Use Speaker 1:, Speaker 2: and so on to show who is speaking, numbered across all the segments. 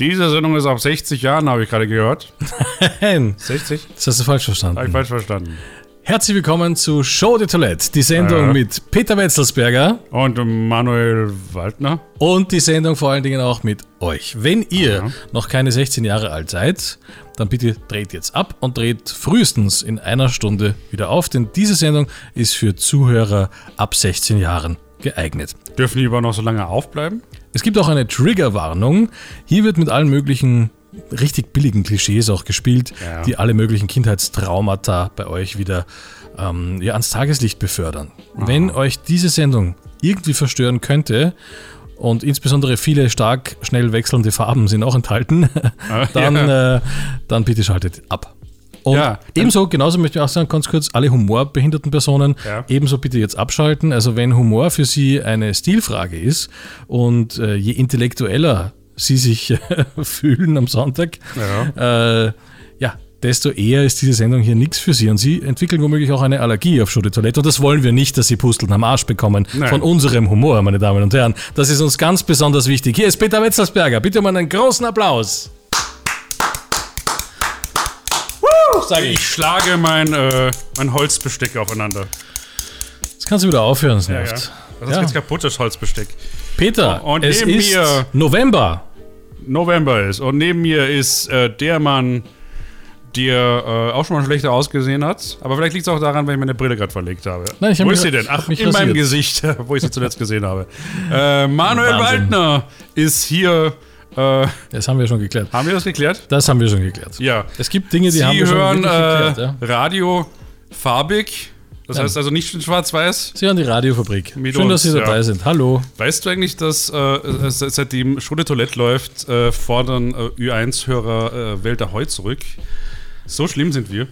Speaker 1: Diese Sendung ist ab 60 Jahren, habe ich gerade gehört.
Speaker 2: Nein,
Speaker 1: 60?
Speaker 2: das hast du falsch verstanden.
Speaker 1: Habe ich falsch verstanden.
Speaker 2: Herzlich willkommen zu Show de Toilette, die Sendung
Speaker 1: Ja.
Speaker 2: mit Peter Wetzelsberger
Speaker 1: Und Manuel Waldner?
Speaker 2: und die Sendung vor allen Dingen auch mit euch. Wenn ihr
Speaker 1: Ja.
Speaker 2: noch keine 16 Jahre alt seid, dann bitte dreht jetzt ab und dreht frühestens in einer Stunde wieder auf, denn diese Sendung ist für Zuhörer ab 16 Jahren geeignet.
Speaker 1: Dürfen die überhaupt noch so lange aufbleiben?
Speaker 2: Es gibt auch eine Triggerwarnung. Hier wird mit allen möglichen richtig billigen Klischees auch gespielt,
Speaker 1: Ja.
Speaker 2: die alle möglichen Kindheitstraumata bei euch wieder ähm, ja, ans Tageslicht befördern. Wenn euch diese Sendung irgendwie verstören könnte, und insbesondere viele stark schnell wechselnde Farben sind auch enthalten,
Speaker 1: Ah,
Speaker 2: dann, äh, dann bitte schaltet ab. Und
Speaker 1: Ja, dann-
Speaker 2: ebenso, genauso möchte ich auch sagen, ganz kurz, alle humorbehinderten Personen
Speaker 1: Ja.
Speaker 2: ebenso bitte jetzt abschalten. Also wenn Humor für Sie eine Stilfrage ist und äh, je intellektueller Sie sich fühlen am Sonntag, äh, ja, desto eher ist diese Sendung hier nichts für Sie. Und Sie entwickeln womöglich auch eine Allergie auf Schule Toilette. Und das wollen wir nicht, dass Sie Pusteln am Arsch bekommen
Speaker 1: Nein.
Speaker 2: von unserem Humor, meine Damen und Herren. Das ist uns ganz besonders wichtig. Hier ist Peter Wetzelsberger. Bitte um einen großen Applaus. Sag ich.
Speaker 1: Ich schlage mein, äh, mein Holzbesteck aufeinander.
Speaker 2: Jetzt kannst du wieder aufhören, es nervt.
Speaker 1: Das ist
Speaker 2: Ja.
Speaker 1: jetzt kaputt, das Holzbesteck.
Speaker 2: Peter,
Speaker 1: Oh, Und
Speaker 2: es
Speaker 1: neben
Speaker 2: ist
Speaker 1: mir-
Speaker 2: November.
Speaker 1: November ist. Und neben mir ist äh, der Mann, der äh, auch schon mal schlechter ausgesehen hat. Aber vielleicht liegt es auch daran, weil ich meine Brille gerade verlegt habe.
Speaker 2: Nein, ich hab
Speaker 1: Wo
Speaker 2: mich
Speaker 1: ist sie
Speaker 2: ra-
Speaker 1: denn?
Speaker 2: ich hab
Speaker 1: Ach, in
Speaker 2: mich
Speaker 1: meinem
Speaker 2: rasiert.
Speaker 1: Gesicht, wo ich sie zuletzt gesehen habe. Äh, Manuel
Speaker 2: Wahnsinn.
Speaker 1: Waldner ist hier. Äh, haben
Speaker 2: Das haben wir schon geklärt.
Speaker 1: wir das geklärt?
Speaker 2: Das haben wir schon geklärt.
Speaker 1: Ja.
Speaker 2: Es gibt Dinge, die
Speaker 1: Sie
Speaker 2: haben wir
Speaker 1: hören
Speaker 2: schon wirklich
Speaker 1: äh,
Speaker 2: geklärt. Ja.
Speaker 1: Radio farbig. Das heißt also nicht in schwarz-weiß.
Speaker 2: Sie hören die Radiofabrik.
Speaker 1: Mit
Speaker 2: Schön, dass
Speaker 1: uns,
Speaker 2: Sie dabei
Speaker 1: ja.
Speaker 2: sind. Hallo.
Speaker 1: Weißt du eigentlich, dass äh, es- seitdem Schule Toilette läuft, äh, fordern äh, Ü1-Hörer äh, Welt Ahoi zurück? So schlimm sind wir.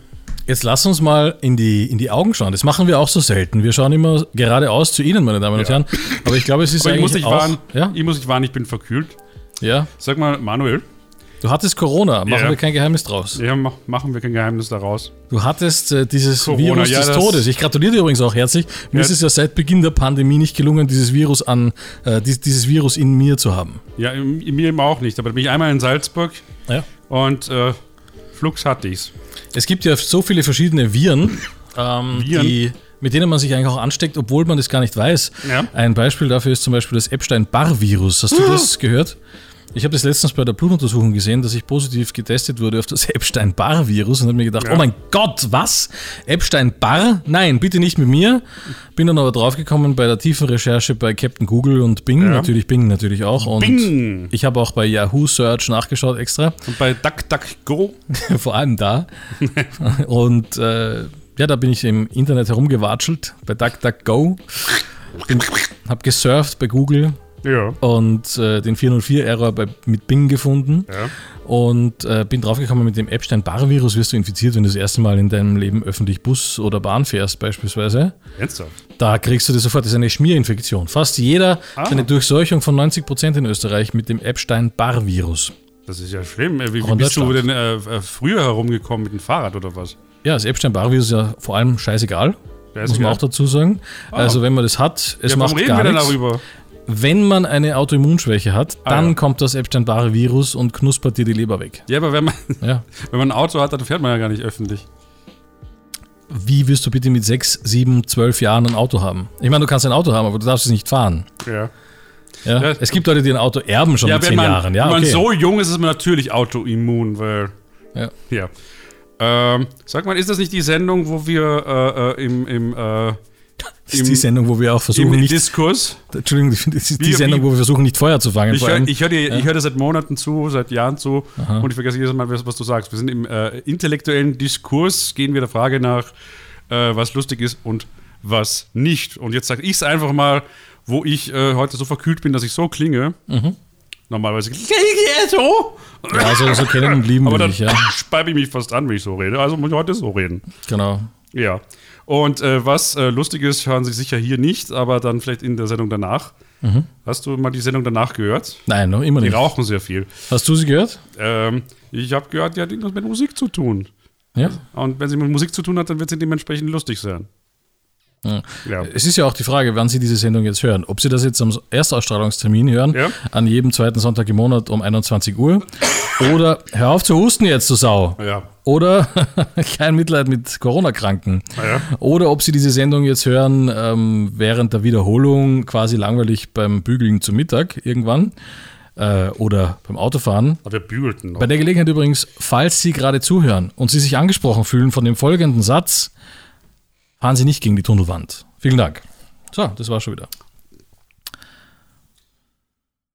Speaker 2: Jetzt lass uns mal in die, in die Augen schauen. Das machen wir auch so selten. Wir schauen immer geradeaus zu Ihnen, meine Damen und Herren. Aber ich glaube, es ist
Speaker 1: Aber ich
Speaker 2: eigentlich
Speaker 1: muss, dich
Speaker 2: auch,
Speaker 1: warnen,
Speaker 2: Ja?
Speaker 1: ich muss dich warnen, ich bin verkühlt.
Speaker 2: ja.
Speaker 1: Sag mal, Manuel,
Speaker 2: Du hattest Corona. Machen
Speaker 1: Ja.
Speaker 2: wir kein Geheimnis draus.
Speaker 1: ja, mach, machen wir kein Geheimnis daraus.
Speaker 2: Du hattest äh, dieses
Speaker 1: Corona,
Speaker 2: Virus
Speaker 1: ja,
Speaker 2: des
Speaker 1: das-
Speaker 2: Todes. Ich gratuliere dir übrigens auch herzlich. Mir
Speaker 1: Ja.
Speaker 2: ist es ja seit Beginn der Pandemie nicht gelungen, dieses Virus an, äh, dies, dieses Virus in mir zu haben.
Speaker 1: Ja, in, in mir eben auch nicht. Aber da bin ich einmal in Salzburg
Speaker 2: Ja.
Speaker 1: und äh, Flux hatte ich's.
Speaker 2: Es gibt ja so viele verschiedene Viren, ähm,
Speaker 1: Viren?
Speaker 2: Die, mit denen man sich eigentlich auch ansteckt, obwohl man das gar nicht weiß.
Speaker 1: Ja.
Speaker 2: Ein Beispiel dafür ist zum Beispiel das Epstein-Barr-Virus. Hast du das gehört? Ich habe das letztens bei der Blutuntersuchung gesehen, dass ich positiv getestet wurde auf das Epstein-Barr-Virus und habe mir gedacht,
Speaker 1: Ja.
Speaker 2: oh mein Gott, was? Epstein-Barr? Nein, bitte nicht mit mir. Bin dann aber draufgekommen bei der tiefen Recherche bei Captain Google und Bing, natürlich Bing natürlich auch. Und
Speaker 1: Bing.
Speaker 2: ich habe auch bei Yahoo Search nachgeschaut extra
Speaker 1: Und bei DuckDuckGo
Speaker 2: vor allem da. Und äh, ja, da bin ich im Internet herumgewatschelt bei DuckDuckGo. Bin- Hab gesurft bei Google
Speaker 1: ja.
Speaker 2: und äh, den 404-Error bei- mit Bing gefunden.
Speaker 1: Ja.
Speaker 2: Und äh, bin draufgekommen, mit dem Epstein-Barr-Virus wirst du infiziert, wenn du das erste Mal in deinem Leben öffentlich Bus oder Bahn fährst, beispielsweise.
Speaker 1: Ernsthaft?
Speaker 2: Da kriegst du das sofort. Das ist eine Schmierinfektion. Fast jeder hat eine Durchseuchung von 90% in Österreich mit dem Epstein-Barr-Virus.
Speaker 1: Das ist ja schlimm. Äh, Wie, wie
Speaker 2: Auch in
Speaker 1: bist du
Speaker 2: Deutschland.
Speaker 1: denn äh, äh, früher herumgekommen mit dem Fahrrad oder was?
Speaker 2: Ja, das Epstein-Barr-Virus ist ja vor allem scheißegal.
Speaker 1: Scheißegal.
Speaker 2: Muss man auch dazu sagen. Also, wenn man das hat, es
Speaker 1: Ah. Ja,
Speaker 2: macht
Speaker 1: warum reden
Speaker 2: gar
Speaker 1: wir denn
Speaker 2: nichts.
Speaker 1: darüber? Ah,
Speaker 2: Wenn man eine Autoimmunschwäche hat, dann
Speaker 1: ja.
Speaker 2: kommt das Epstein-Barr-Virus und knuspert dir die Leber weg.
Speaker 1: Ja, aber wenn man,
Speaker 2: Ja.
Speaker 1: wenn man ein Auto hat, dann fährt man ja gar nicht öffentlich.
Speaker 2: Wie wirst du bitte mit 6, 7, 12 Jahren ein Auto haben? Ich meine, du kannst ein Auto haben, aber du darfst es nicht fahren.
Speaker 1: Ja.
Speaker 2: Ja?
Speaker 1: Ja.
Speaker 2: Es gibt Leute, die ein Auto erben schon
Speaker 1: Ja,
Speaker 2: mit
Speaker 1: wenn
Speaker 2: 10
Speaker 1: man,
Speaker 2: Jahren. Ja,
Speaker 1: wenn man
Speaker 2: okay.
Speaker 1: so jung ist, ist man natürlich autoimmun, weil.
Speaker 2: Ja.
Speaker 1: Ja. Ähm, sag mal, ist das nicht die Sendung, wo wir äh, äh, im, im, äh,
Speaker 2: das ist die Sendung, wo wir
Speaker 1: im
Speaker 2: auch versuchen, nicht.
Speaker 1: Diskurs.
Speaker 2: Entschuldigung, das ist die
Speaker 1: Wie-
Speaker 2: Sendung,
Speaker 1: wie-
Speaker 2: wo wir versuchen, nicht Feuer zu fangen.
Speaker 1: Ich
Speaker 2: vor
Speaker 1: höre
Speaker 2: allem.
Speaker 1: ich hör dir, ich hör dir seit Monaten zu, seit Jahren zu und ich vergesse jedes Mal, was, was du sagst. Wir sind im äh, intellektuellen Diskurs, gehen wir der Frage nach, äh, was lustig ist und was nicht. Und jetzt sage ich es einfach mal, wo ich äh, heute so verkühlt bin, dass ich so klinge. Normalerweise klinge ich so.
Speaker 2: Mhm. ja, so, so kennen und lieben
Speaker 1: Aber
Speaker 2: wir
Speaker 1: dann
Speaker 2: dich, ja.
Speaker 1: speibe ich mich fast an, wenn ich so rede. Also muss ich heute so reden.
Speaker 2: Genau.
Speaker 1: Ja. Und äh, was äh, lustig ist, hören Sie sicher hier nicht, aber dann vielleicht in der Sendung danach.
Speaker 2: Mhm.
Speaker 1: Hast du mal die Sendung danach gehört?
Speaker 2: Nein, noch immer
Speaker 1: Die
Speaker 2: nicht.
Speaker 1: rauchen sehr viel.
Speaker 2: Hast du sie gehört?
Speaker 1: Ähm, ich habe gehört, die hat irgendwas mit Musik zu tun.
Speaker 2: Ja.
Speaker 1: Und wenn sie mit Musik zu tun hat, dann wird sie dementsprechend lustig sein.
Speaker 2: Ja. Es ist ja auch die Frage, wann Sie diese Sendung jetzt hören. Ob Sie das jetzt am Erstausstrahlungstermin hören,
Speaker 1: Ja.
Speaker 2: an jedem zweiten Sonntag im Monat um 21 Uhr. Oder hör auf zu husten jetzt, du Sau.
Speaker 1: Ja.
Speaker 2: Oder kein Mitleid mit Corona-Kranken.
Speaker 1: Ah, Ja.
Speaker 2: Oder ob Sie diese Sendung jetzt hören ähm, während der Wiederholung, quasi langweilig beim Bügeln zu Mittag irgendwann. Äh, oder beim Autofahren.
Speaker 1: Aber Ah, wir bügelten noch.
Speaker 2: Bei der Gelegenheit übrigens, falls Sie gerade zuhören und Sie sich angesprochen fühlen von dem folgenden Satz, fahren Sie nicht gegen die Tunnelwand. Vielen Dank. So, das war schon wieder.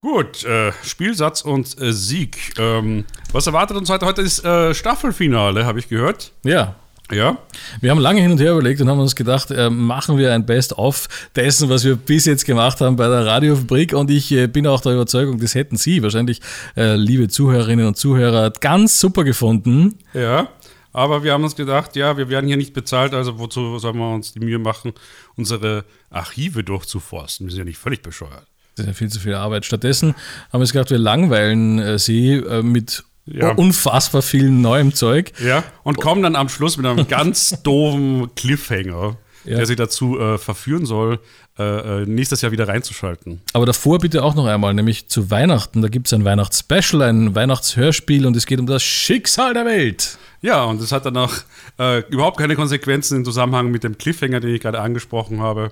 Speaker 1: Gut, äh, Spielsatz und äh, Sieg. Ähm, was erwartet uns heute? Heute ist äh, Staffelfinale, habe ich gehört.
Speaker 2: Ja.
Speaker 1: Ja.
Speaker 2: Wir haben lange hin und her überlegt und haben uns gedacht, äh, machen wir ein Best-of dessen, was wir bis jetzt gemacht haben bei der Radiofabrik. Und ich äh, bin auch der Überzeugung, das hätten Sie wahrscheinlich, äh, liebe Zuhörerinnen und Zuhörer, ganz super gefunden.
Speaker 1: Ja. Aber wir haben uns gedacht, ja, wir werden hier nicht bezahlt, also wozu sollen wir uns die Mühe machen, unsere Archive durchzuforsten? Wir sind ja nicht völlig bescheuert.
Speaker 2: Das ist ja viel zu viel Arbeit. Stattdessen haben wir uns gedacht, wir langweilen äh, Sie äh, mit
Speaker 1: Ja.
Speaker 2: unfassbar viel neuem Zeug.
Speaker 1: Ja. Und
Speaker 2: Oh.
Speaker 1: kommen dann am Schluss mit einem ganz doofen Cliffhanger,
Speaker 2: Ja.
Speaker 1: der sie dazu äh, verführen soll, äh, äh, nächstes Jahr wieder reinzuschalten.
Speaker 2: Aber davor bitte auch noch einmal, nämlich zu Weihnachten. Da gibt es ein Weihnachtsspecial, ein Weihnachtshörspiel und es geht um das Schicksal der Welt.
Speaker 1: Ja, und das hat dann auch äh, überhaupt keine Konsequenzen im Zusammenhang mit dem Cliffhanger, den ich gerade angesprochen habe.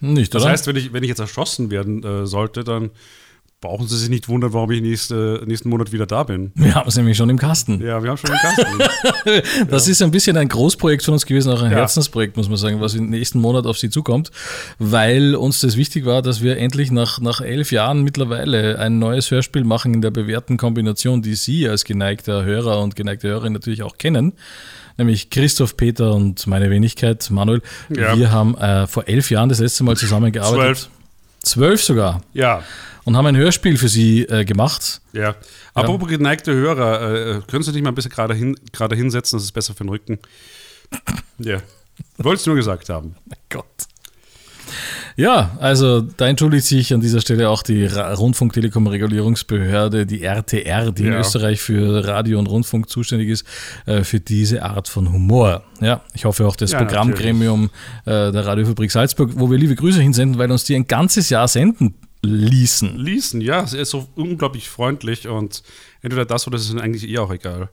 Speaker 2: Nicht,
Speaker 1: Das
Speaker 2: oder?
Speaker 1: heißt, wenn ich, wenn ich jetzt erschossen werden äh, sollte, dann brauchen Sie sich nicht wundern, warum ich nächste, nächsten Monat wieder da bin.
Speaker 2: wir haben es nämlich schon im Kasten.
Speaker 1: Ja, wir haben schon den Kasten.
Speaker 2: Das ist ein bisschen ein Großprojekt von uns gewesen, auch ein
Speaker 1: Ja.
Speaker 2: Herzensprojekt, muss man sagen, was im nächsten Monat auf Sie zukommt, weil uns das wichtig war, dass wir endlich nach, nach elf Jahren mittlerweile ein neues Hörspiel machen in der bewährten Kombination, die Sie als geneigter Hörer und geneigte Hörerin natürlich auch kennen, nämlich Christoph, Peter und meine Wenigkeit, Manuel.
Speaker 1: Ja.
Speaker 2: Wir haben äh, vor elf Jahren das letzte Mal zusammengearbeitet.
Speaker 1: Zwölf.
Speaker 2: Zwölf sogar.
Speaker 1: ja,
Speaker 2: Und haben ein Hörspiel für Sie äh, gemacht.
Speaker 1: ja. Apropos geneigte Hörer, äh, können Sie dich mal ein bisschen gerade hin, gerade hinsetzen? Das ist besser für den Rücken. Ja. Wolltest du nur gesagt haben.
Speaker 2: Gott. Ja, also da entschuldigt sich an dieser Stelle auch die Ra- Rundfunktelekom-Regulierungsbehörde, die RTR, die in
Speaker 1: Ja.
Speaker 2: Österreich für Radio und Rundfunk zuständig ist, äh, für diese Art von Humor. Ja, ich hoffe auch das
Speaker 1: Ja,
Speaker 2: Programmgremium äh, der Radiofabrik Salzburg, wo wir liebe Grüße hinsenden, weil uns die ein ganzes Jahr senden ließen.
Speaker 1: Liesen, ja, er ist so unglaublich freundlich und entweder das oder das ist ihnen eigentlich eh auch egal.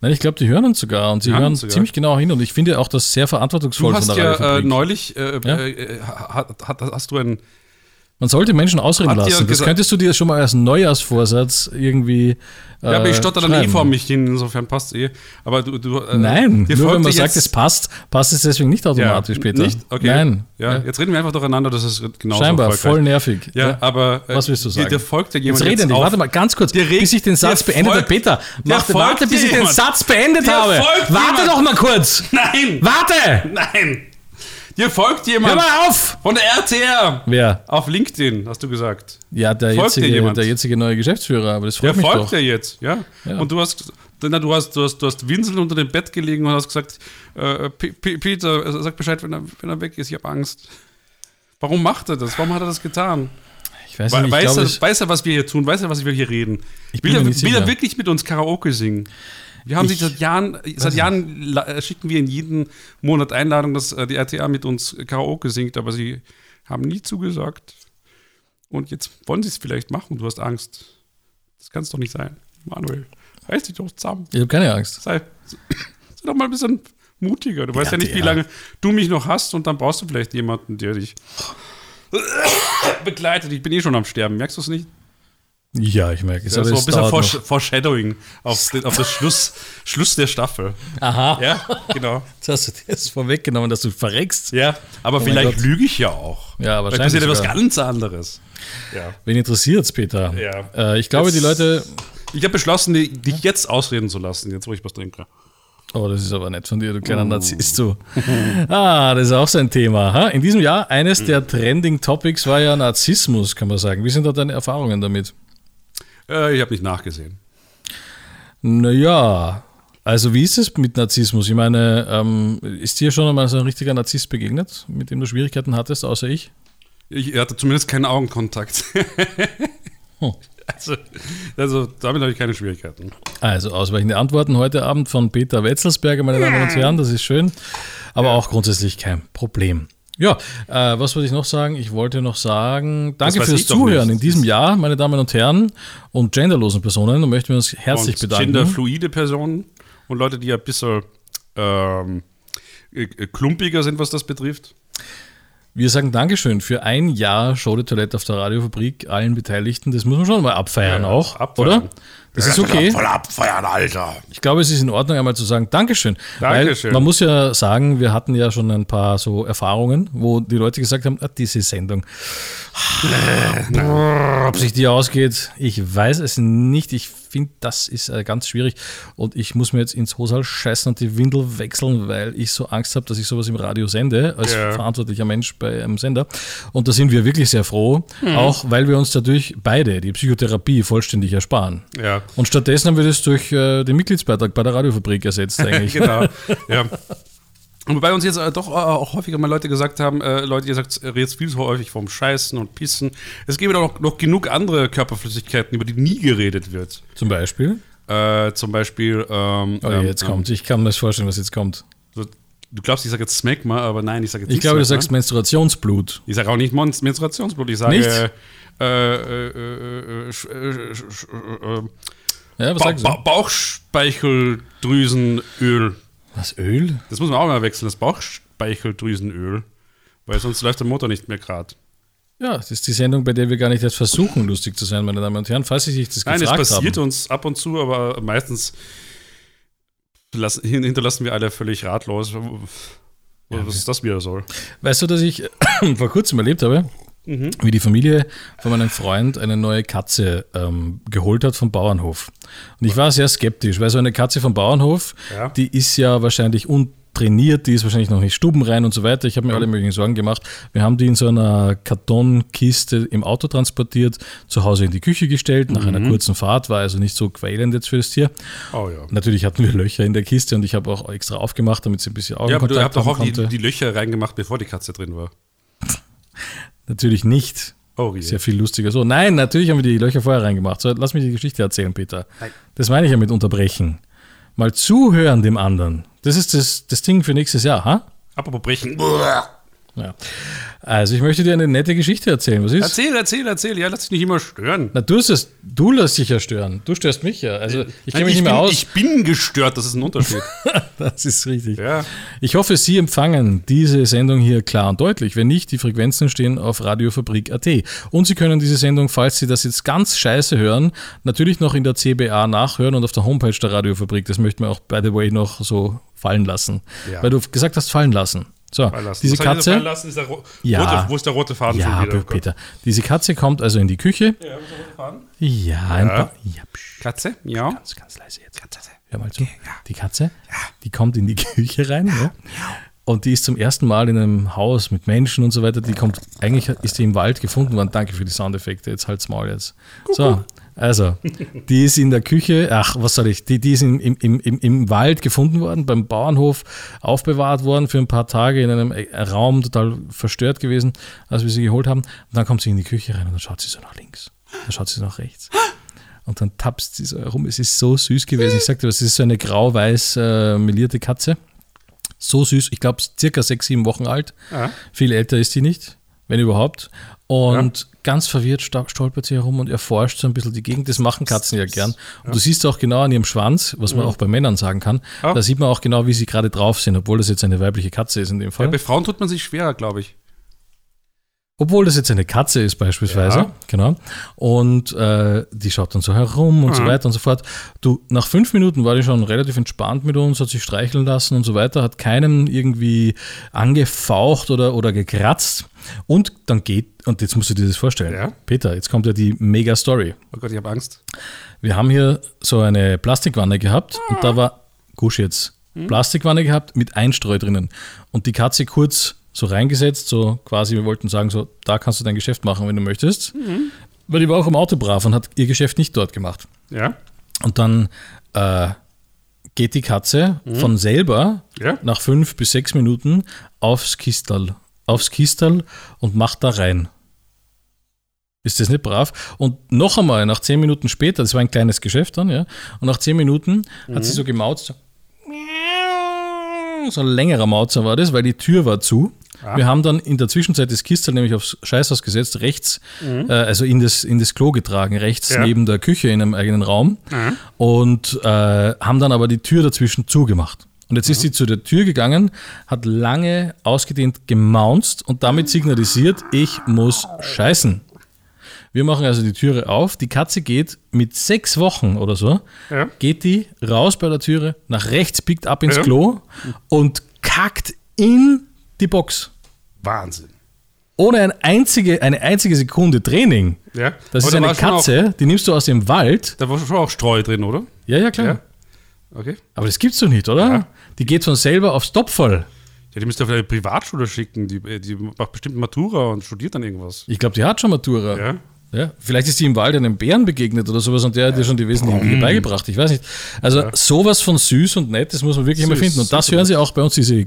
Speaker 2: Nein, ich glaube, die hören uns sogar und sie
Speaker 1: Die hören
Speaker 2: hören
Speaker 1: uns sogar.
Speaker 2: ziemlich genau hin und ich finde auch das sehr verantwortungsvoll
Speaker 1: Du hast
Speaker 2: von der
Speaker 1: ja äh,
Speaker 2: Radiofabrik.
Speaker 1: neulich, äh,
Speaker 2: Ja?
Speaker 1: äh, hat, hat, hast du ein,
Speaker 2: Man sollte Menschen ausreden
Speaker 1: Hat ihr
Speaker 2: lassen. Das
Speaker 1: gesagt-
Speaker 2: könntest du dir schon mal als Neujahrsvorsatz irgendwie.
Speaker 1: Ja, aber ich
Speaker 2: äh,
Speaker 1: stotter dann eh
Speaker 2: schreiben.
Speaker 1: vor mich hin, insofern passt eh. Aber du, du äh,
Speaker 2: Nein,
Speaker 1: dir
Speaker 2: nur
Speaker 1: folgt
Speaker 2: wenn man
Speaker 1: jetzt-
Speaker 2: sagt, es passt, passt es deswegen nicht automatisch
Speaker 1: ja,
Speaker 2: Peter.
Speaker 1: Nicht? Okay.
Speaker 2: Nein.
Speaker 1: Ja,
Speaker 2: Ja.
Speaker 1: jetzt reden wir einfach durcheinander, das ist genauso
Speaker 2: Scheinbar,
Speaker 1: erfolgreich.
Speaker 2: voll nervig.
Speaker 1: Ja, aber äh,
Speaker 2: Was willst du sagen?
Speaker 1: Dir, dir folgt ja jemand
Speaker 2: Jetzt rede
Speaker 1: jetzt
Speaker 2: nicht.
Speaker 1: auf.
Speaker 2: Warte mal, ganz kurz,
Speaker 1: Dir reg-
Speaker 2: bis ich den Satz
Speaker 1: dir
Speaker 2: beendet habe.
Speaker 1: folgt-
Speaker 2: Peter,
Speaker 1: dir
Speaker 2: warte,
Speaker 1: folgt
Speaker 2: warte, bis ich den
Speaker 1: jemand.
Speaker 2: Satz beendet
Speaker 1: Dir
Speaker 2: habe.
Speaker 1: folgt
Speaker 2: Warte
Speaker 1: jemand.
Speaker 2: doch mal kurz.
Speaker 1: Nein!
Speaker 2: Warte!
Speaker 1: Nein! Dir folgt
Speaker 2: Hör
Speaker 1: jemand
Speaker 2: mal auf!
Speaker 1: von der RTR!
Speaker 2: Wer?
Speaker 1: Auf LinkedIn, hast du gesagt.
Speaker 2: Ja, der
Speaker 1: Folgt dir
Speaker 2: jetzige,
Speaker 1: jemand?
Speaker 2: der jetzige neue Geschäftsführer, aber das freut
Speaker 1: Der
Speaker 2: mich
Speaker 1: folgt
Speaker 2: doch.
Speaker 1: dir jetzt, ja? Und du hast, na, du hast, du hast, du hast winselnd unter dem Bett gelegen und hast gesagt, äh, P P Peter, äh, sag Bescheid, wenn er, wenn er weg ist, ich habe Angst. Warum macht er das? Warum hat er das getan?
Speaker 2: Ich weiß
Speaker 1: We-
Speaker 2: nicht, ich
Speaker 1: weiß,
Speaker 2: glaube,
Speaker 1: er,
Speaker 2: ich-
Speaker 1: weiß er, was wir hier tun? Weiß er, was wir hier reden?
Speaker 2: Ich
Speaker 1: will
Speaker 2: bin
Speaker 1: er,
Speaker 2: mir nicht
Speaker 1: will er
Speaker 2: sicher.
Speaker 1: wirklich mit uns Karaoke singen? Wir haben sich
Speaker 2: Ich-
Speaker 1: seit Jahren, seit Jahren la- äh, schicken wir in jeden Monat Einladung, dass äh, die RTA mit uns Karaoke singt, aber sie haben nie zugesagt. Und jetzt wollen sie es vielleicht machen. Du hast Angst. Das kann es doch nicht sein. Manuel, reiß dich doch zusammen.
Speaker 2: ich habe keine Angst.
Speaker 1: Sei, sei doch mal ein bisschen mutiger. Du weißt ja nicht, wie
Speaker 2: RTA.
Speaker 1: lange du mich noch hast und dann brauchst du vielleicht jemanden, der dich begleitet. Ich bin eh schon am Sterben. Merkst du es nicht?
Speaker 2: Ja, ich merke es. Also
Speaker 1: Das ist
Speaker 2: aber
Speaker 1: so
Speaker 2: es
Speaker 1: ein bisschen
Speaker 2: dauert noch.
Speaker 1: Foresh Foreshadowing auf, den, auf das Schluss, Schluss der Staffel.
Speaker 2: Aha.
Speaker 1: Ja, genau.
Speaker 2: Jetzt hast du dir das vorweggenommen, dass du verreckst.
Speaker 1: Ja, aber
Speaker 2: Oh mein
Speaker 1: vielleicht
Speaker 2: Gott.
Speaker 1: lüge ich ja auch.
Speaker 2: Ja,
Speaker 1: Vielleicht
Speaker 2: wahrscheinlich
Speaker 1: passiert ja was
Speaker 2: sogar.
Speaker 1: ganz anderes. Ja.
Speaker 2: Wen interessiert's, Peter?
Speaker 1: Ja.
Speaker 2: Äh, ich glaube, die Leute.
Speaker 1: Ich habe beschlossen, die- dich jetzt ausreden zu lassen, jetzt wo ich was trinke.
Speaker 2: Oh, das ist aber nett von dir, du
Speaker 1: Oh.
Speaker 2: kleiner Narzisst, du. Ah, das ist auch so ein Thema. Ha? In diesem Jahr, eines der Trending Topics war ja Narzissmus, kann man sagen. Wie sind da deine Erfahrungen damit?
Speaker 1: Äh, ich habe nicht nachgesehen.
Speaker 2: Naja, also wie ist es mit Narzissmus? Ich meine, ähm, ist dir schon einmal so ein richtiger Narzisst begegnet, mit dem du Schwierigkeiten hattest, außer ich?
Speaker 1: Ich hatte zumindest keinen Augenkontakt.
Speaker 2: Hm.
Speaker 1: also, also damit habe ich keine Schwierigkeiten.
Speaker 2: Also ausweichende Antworten heute Abend von Peter Wetzelsberger, meine Damen und Herren, das ist schön, aber auch grundsätzlich kein Problem. Ja, äh, was wollte ich noch sagen? Ich wollte noch sagen, danke fürs Zuhören in diesem Jahr, meine Damen und Herren, und genderlosen Personen und möchten wir uns herzlich
Speaker 1: und
Speaker 2: bedanken.
Speaker 1: Genderfluide Personen und Leute, die ein bisschen ähm, klumpiger sind, was das betrifft.
Speaker 2: Wir sagen Dankeschön für ein Jahr Show de Toilette auf der Radiofabrik, allen Beteiligten. Das muss man schon mal abfeiern
Speaker 1: Ja,
Speaker 2: auch,
Speaker 1: abfeiern.
Speaker 2: oder? Das ist okay.
Speaker 1: Voll abfeiern, Alter.
Speaker 2: Ich glaube, es ist in Ordnung, einmal zu sagen Dankeschön.
Speaker 1: Dankeschön.
Speaker 2: Weil man muss ja sagen, wir hatten ja schon ein paar so Erfahrungen, wo die Leute gesagt haben, ah, diese Sendung,
Speaker 1: Äh,
Speaker 2: ob sich die ausgeht, ich weiß es nicht. Ich finde, das ist äh, ganz schwierig und ich muss mir jetzt ins Hosal scheißen und die Windel wechseln, weil ich so Angst habe, dass ich sowas im Radio sende, als
Speaker 1: Ja.
Speaker 2: verantwortlicher Mensch bei einem Sender. Und da sind wir wirklich sehr froh,
Speaker 1: Hm.
Speaker 2: auch weil wir uns dadurch beide die Psychotherapie vollständig ersparen.
Speaker 1: Ja.
Speaker 2: Und stattdessen haben wir das durch äh, den Mitgliedsbeitrag bei der Radiofabrik ersetzt, eigentlich.
Speaker 1: genau. ja. Und wobei uns jetzt äh, doch äh, auch häufiger mal Leute gesagt haben, äh, Leute, ihr sagt äh, redet viel zu häufig vom Scheißen und Pissen. Es gäbe doch noch, noch genug andere Körperflüssigkeiten, über die nie geredet wird.
Speaker 2: Zum Beispiel.
Speaker 1: Äh, zum Beispiel. Ähm,
Speaker 2: Genau. Oh,
Speaker 1: ähm,
Speaker 2: jetzt kommt. Ich kann mir das vorstellen, was jetzt kommt.
Speaker 1: Ähm, so, du glaubst, ich sage jetzt Smegma, aber nein, ich sage jetzt
Speaker 2: Ich
Speaker 1: nicht
Speaker 2: glaube, du ne?
Speaker 1: Smegma.
Speaker 2: sagst Menstruationsblut.
Speaker 1: Ich sage auch nicht Monst Menstruationsblut, ich sage.
Speaker 2: Nicht?
Speaker 1: Äh, äh, äh, äh, sch- äh, sch- sch- äh,
Speaker 2: Ja, was
Speaker 1: ba
Speaker 2: sagst du?
Speaker 1: ba Bauchspeicheldrüsenöl.
Speaker 2: Was, Öl?
Speaker 1: Das muss man auch mal wechseln, das Bauchspeicheldrüsenöl. Weil sonst läuft der Motor nicht mehr gerade.
Speaker 2: Ja, das ist die Sendung, bei der wir gar nicht erst versuchen, lustig zu sein, meine Damen und Herren. Falls Sie sich das
Speaker 1: Nein, es
Speaker 2: gefragt
Speaker 1: passiert
Speaker 2: haben.
Speaker 1: uns ab und zu, aber meistens lassen, hin- hinterlassen wir alle völlig ratlos. Was ist das wieder soll?
Speaker 2: Weißt du, dass ich vor kurzem erlebt habe,
Speaker 1: Mhm.
Speaker 2: wie die Familie von meinem Freund eine neue Katze ähm, geholt hat vom Bauernhof. Und ich war sehr skeptisch, weil so eine Katze vom Bauernhof,
Speaker 1: Ja.
Speaker 2: die ist ja wahrscheinlich untrainiert, die ist wahrscheinlich noch nicht stubenrein und so weiter. Ich habe mir alle möglichen Sorgen gemacht. Wir haben die in so einer Kartonkiste im Auto transportiert, zu Hause in die Küche gestellt, nach
Speaker 1: Mhm.
Speaker 2: einer kurzen Fahrt, war also nicht so quälend jetzt für das Tier.
Speaker 1: Oh ja.
Speaker 2: Natürlich hatten wir Löcher in der Kiste und ich habe auch extra aufgemacht, damit sie ein bisschen
Speaker 1: Ja, aber
Speaker 2: Augenkontakt
Speaker 1: du habt doch
Speaker 2: haben
Speaker 1: auch die,
Speaker 2: konnte.
Speaker 1: die Löcher reingemacht, bevor die Katze drin war.
Speaker 2: Natürlich nicht.
Speaker 1: Oh, je.
Speaker 2: Ist ja viel lustiger. So, nein, natürlich haben wir die Löcher vorher reingemacht. So, lass mich die Geschichte erzählen, Peter. Das meine ich ja mit unterbrechen. Mal zuhören dem anderen. Das ist das, das Ding für nächstes Jahr, ha?
Speaker 1: Apropos brechen.
Speaker 2: Ja. Also, ich möchte dir eine nette Geschichte erzählen. Was ist?
Speaker 1: Erzähl, erzähl, erzähl. Ja, lass dich nicht immer stören.
Speaker 2: Na, du, störst- du lässt dich ja stören. Du störst mich ja. Also, ich
Speaker 1: Nein,
Speaker 2: kenne mich nicht mehr
Speaker 1: bin,
Speaker 2: aus.
Speaker 1: Ich bin gestört, das ist ein Unterschied.
Speaker 2: das ist richtig.
Speaker 1: ja.
Speaker 2: Ich hoffe, Sie empfangen diese Sendung hier klar und deutlich. Wenn nicht, die Frequenzen stehen auf radiofabrik.at. Und Sie können diese Sendung, falls Sie das jetzt ganz scheiße hören, natürlich noch in der CBA nachhören und auf der Homepage der Radiofabrik. Das möchten wir auch, by the way, noch so fallen lassen.
Speaker 1: Ja.
Speaker 2: Weil du gesagt hast, fallen lassen. So,
Speaker 1: Lassen.
Speaker 2: diese
Speaker 1: Was habe ich
Speaker 2: Katze.
Speaker 1: dabei lassen? Ist der ro-
Speaker 2: Ja.
Speaker 1: rote, wo ist der rote Faden
Speaker 2: Ja,
Speaker 1: schon wieder?
Speaker 2: Peter. Diese Katze kommt also in die
Speaker 1: Ja, wo
Speaker 2: Küche.
Speaker 1: ist der rote Faden?
Speaker 2: Ja, ein paar. Ja, psch,
Speaker 1: Katze? Ja.
Speaker 2: ganz, ganz leise jetzt. Hör mal zu. Die Katze, die kommt in die Küche rein. Ja. Und die ist zum ersten Mal in einem Haus mit Menschen und so weiter. Die kommt, eigentlich ist die im Wald gefunden worden. Danke für die Soundeffekte. Jetzt halt's Maul jetzt. So, also, die ist in der Küche, ach, was soll ich, die, die ist im, im, im, im- im Wald gefunden worden, beim Bauernhof aufbewahrt worden für ein paar Tage in einem äh, Raum, total verstört gewesen, als wir sie geholt haben. Und dann kommt sie in die Küche rein und dann schaut sie so nach links. Dann schaut sie so nach rechts. Und dann tapst sie so herum. Es ist so süß gewesen. Ich sagte, es ist so eine grau-weiß äh, melierte Katze. So süß. Ich glaube, circa sechs, sieben Wochen alt.
Speaker 1: Ja.
Speaker 2: Viel älter ist die nicht, wenn überhaupt. Und ganz verwirrt sta- stolpert sie herum und erforscht so ein bisschen die Gegend. Das machen Katzen ja Mhm. gern. Und du siehst auch genau an ihrem Schwanz, was man auch bei Männern sagen kann,
Speaker 1: Ja.
Speaker 2: da sieht man auch genau, wie sie gerade drauf sind, obwohl das jetzt eine weibliche Katze ist in dem Fall.
Speaker 1: Bei Frauen tut man sich schwerer, glaube ich.
Speaker 2: Obwohl das jetzt eine Katze ist beispielsweise,
Speaker 1: Ja.
Speaker 2: genau. Und äh, die schaut dann so herum und so
Speaker 1: Mhm.
Speaker 2: weiter und so fort. Du, nach fünf Minuten war die schon relativ entspannt mit uns, hat sich streicheln lassen und so weiter, hat keinen irgendwie angefaucht oder, oder gekratzt. Und dann geht, und jetzt musst du dir das vorstellen,
Speaker 1: Ja.
Speaker 2: Peter, jetzt kommt ja die Mega-Story.
Speaker 1: Oh Gott, ich habe Angst.
Speaker 2: Wir haben hier so eine Plastikwanne gehabt und da war, gusch jetzt, Plastikwanne gehabt mit Einstreu drinnen. Und die Katze kurz so reingesetzt, so quasi, wir wollten sagen, so, da kannst du dein Geschäft machen, wenn du möchtest. Weil die war auch im Auto brav und hat ihr Geschäft nicht dort gemacht.
Speaker 1: Ja.
Speaker 2: Und dann äh, geht die Katze von selber
Speaker 1: Ja.
Speaker 2: nach fünf bis sechs Minuten aufs Kistal, aufs Kistal und macht da rein. Ist das nicht brav? Und noch einmal, nach zehn Minuten später, das war ein kleines Geschäft dann, ja, und nach zehn Minuten hat sie so gemauzt, so, so ein längerer Mauzer war das, weil die Tür war zu. Ah. Wir haben dann in der Zwischenzeit das Kistel nämlich aufs Scheißhaus gesetzt, rechts, mhm. äh, also in das, in das Klo getragen, rechts ja. neben der Küche in einem eigenen Raum mhm. und äh, haben dann aber die Tür dazwischen zugemacht. Und jetzt mhm. ist sie zu der Tür gegangen, hat lange ausgedehnt gemaunzt und damit signalisiert, ich muss scheißen. Wir machen also die Türe auf. Die Katze geht mit sechs Wochen oder so, ja. geht die raus bei der Türe, nach rechts biegt ab ins ja. Klo und kackt in die Box.
Speaker 1: Wahnsinn.
Speaker 2: Ohne ein einzige, eine einzige Sekunde Training.
Speaker 1: Ja.
Speaker 2: Das Aber ist da eine Katze, auch, die nimmst du aus dem Wald.
Speaker 1: Da war schon auch Streu drin, oder?
Speaker 2: Ja, ja, klar. Ja.
Speaker 1: Okay.
Speaker 2: Aber das gibt's doch nicht, oder? Die geht von selber aufs Topfall.
Speaker 1: Ja, die müsste auf eine Privatschule schicken. Die, die macht bestimmt Matura und studiert dann irgendwas.
Speaker 2: Ich glaube, die hat schon Matura. Ja. Ja, vielleicht ist die im Wald einem Bären begegnet oder sowas und der hat dir schon die wesentlichen Dinge beigebracht. Ich weiß nicht. Also Mhm. ja. sowas von süß und nett, das muss man wirklich süß, immer finden. Und das hören Sie auch bei uns, diese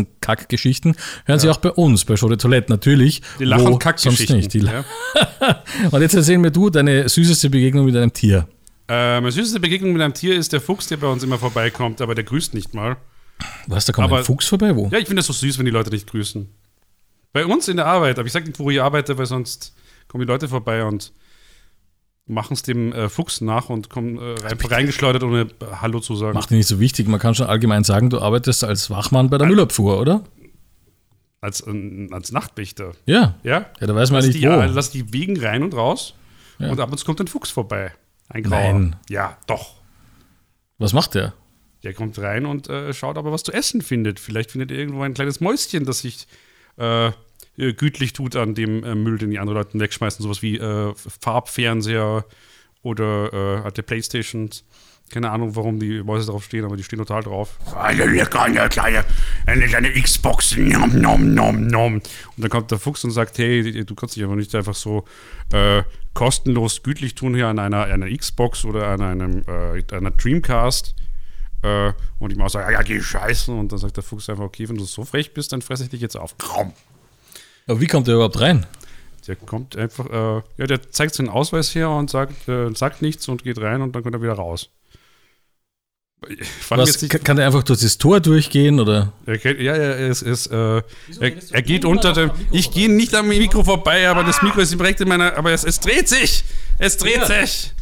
Speaker 2: Katzenkack-Geschichten, hören ja. Sie auch bei uns, bei Show de Toilette natürlich.
Speaker 1: Die Lach- und Kack-Geschichten.
Speaker 2: Nicht. Ja. und jetzt erzähl mir du deine süßeste Begegnung mit einem Tier.
Speaker 1: Äh, meine süßeste Begegnung mit einem Tier ist der Fuchs, der bei uns immer vorbeikommt, aber der grüßt nicht mal.
Speaker 2: Was, da kommt aber, ein Fuchs vorbei? Wo?
Speaker 1: Ja, ich finde das so süß, wenn die Leute nicht grüßen. Bei uns in der Arbeit, aber ich sage nicht, wo ich arbeite, weil sonst kommen die Leute vorbei und machen es dem äh, Fuchs nach und kommen äh, rein, reingeschleudert, ohne Hallo zu sagen.
Speaker 2: Macht nicht so wichtig. Man kann schon allgemein sagen, du arbeitest als Wachmann bei der Müllabfuhr, oder?
Speaker 1: Als, äh, als Nachtwächter.
Speaker 2: Ja.
Speaker 1: ja.
Speaker 2: Ja, also- da weiß man
Speaker 1: lass
Speaker 2: nicht,
Speaker 1: die, wo. Ja, lass die Wegen rein und raus ja. und ab und zu kommt ein Fuchs vorbei. Ein Grauer. Nein. Ja, doch.
Speaker 2: Was macht der?
Speaker 1: Der kommt rein und äh, schaut, ob er was zu essen findet. Vielleicht findet er irgendwo ein kleines Mäuschen, das sich äh, gütlich tut an dem äh, Müll, den die anderen Leute wegschmeißen, sowas wie äh, Farbfernseher oder äh, alte Playstations. Keine Ahnung, warum die Mäuse drauf stehen, aber die stehen total drauf. Eine kleine, kleine, eine kleine Xbox. Nom, nom, nom, nom. Und dann kommt der Fuchs und sagt, hey, du kannst dich aber nicht einfach so äh, kostenlos gütlich tun hier an einer, einer Xbox oder an einem äh, einer Dreamcast. Äh, und die Maus sagt, ja, die Scheiße. Und dann sagt der Fuchs einfach, okay, wenn du so frech bist, dann fresse ich dich jetzt auf. Krumm.
Speaker 2: Aber wie kommt er überhaupt rein?
Speaker 1: Der kommt einfach, äh, ja, der zeigt seinen Ausweis her und sagt, äh, sagt nichts und geht rein und dann kommt er wieder raus.
Speaker 2: Was, nicht, kann er einfach durch das Tor durchgehen oder?
Speaker 1: Er, ja, er, ist, ist, äh, er, er geht unter dem. Ich gehe nicht am Mikro vorbei, aber das Mikro ist direkt in meiner. Aber es, es dreht sich! Es dreht ja. sich!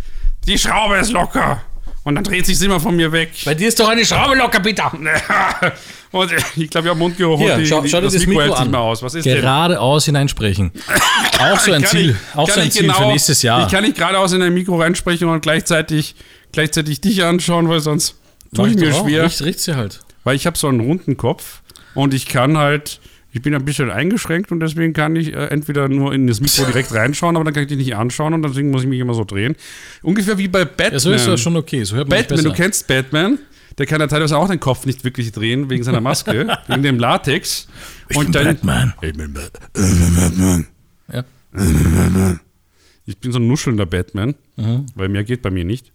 Speaker 1: Die Schraube ist locker! Und dann dreht sich immer von mir weg.
Speaker 2: Bei dir ist doch eine Schraube locker, Peter.
Speaker 1: und ich glaube, ich habe Mundgeruch. Hier,
Speaker 2: die, schau, die, schau das, das Mikro, Mikro an. Nicht mehr aus. Was ist geradeaus hineinsprechen. auch so ein kann Ziel, ich, auch so ein Ziel genau, für nächstes Jahr.
Speaker 1: Ich kann nicht geradeaus in ein Mikro reinsprechen und gleichzeitig, gleichzeitig dich anschauen, weil sonst tue ich mir schwer.
Speaker 2: Ich richte sie halt.
Speaker 1: Weil ich habe so einen runden Kopf und ich kann halt, ich bin ein bisschen eingeschränkt und deswegen kann ich äh, entweder nur in das Mikro direkt reinschauen, aber dann kann ich dich nicht anschauen und deswegen muss ich mich immer so drehen. Ungefähr wie bei Batman. Ja,
Speaker 2: so ist das schon okay. So hört man
Speaker 1: Batman, du kennst Batman. Der kann ja teilweise auch den Kopf nicht wirklich drehen wegen seiner Maske, wegen dem Latex.
Speaker 2: Ich und bin dann, Batman. Ich bin
Speaker 1: äh, Batman. Ja. Ich bin so ein nuschelnder Batman, mhm. weil mehr geht bei mir nicht.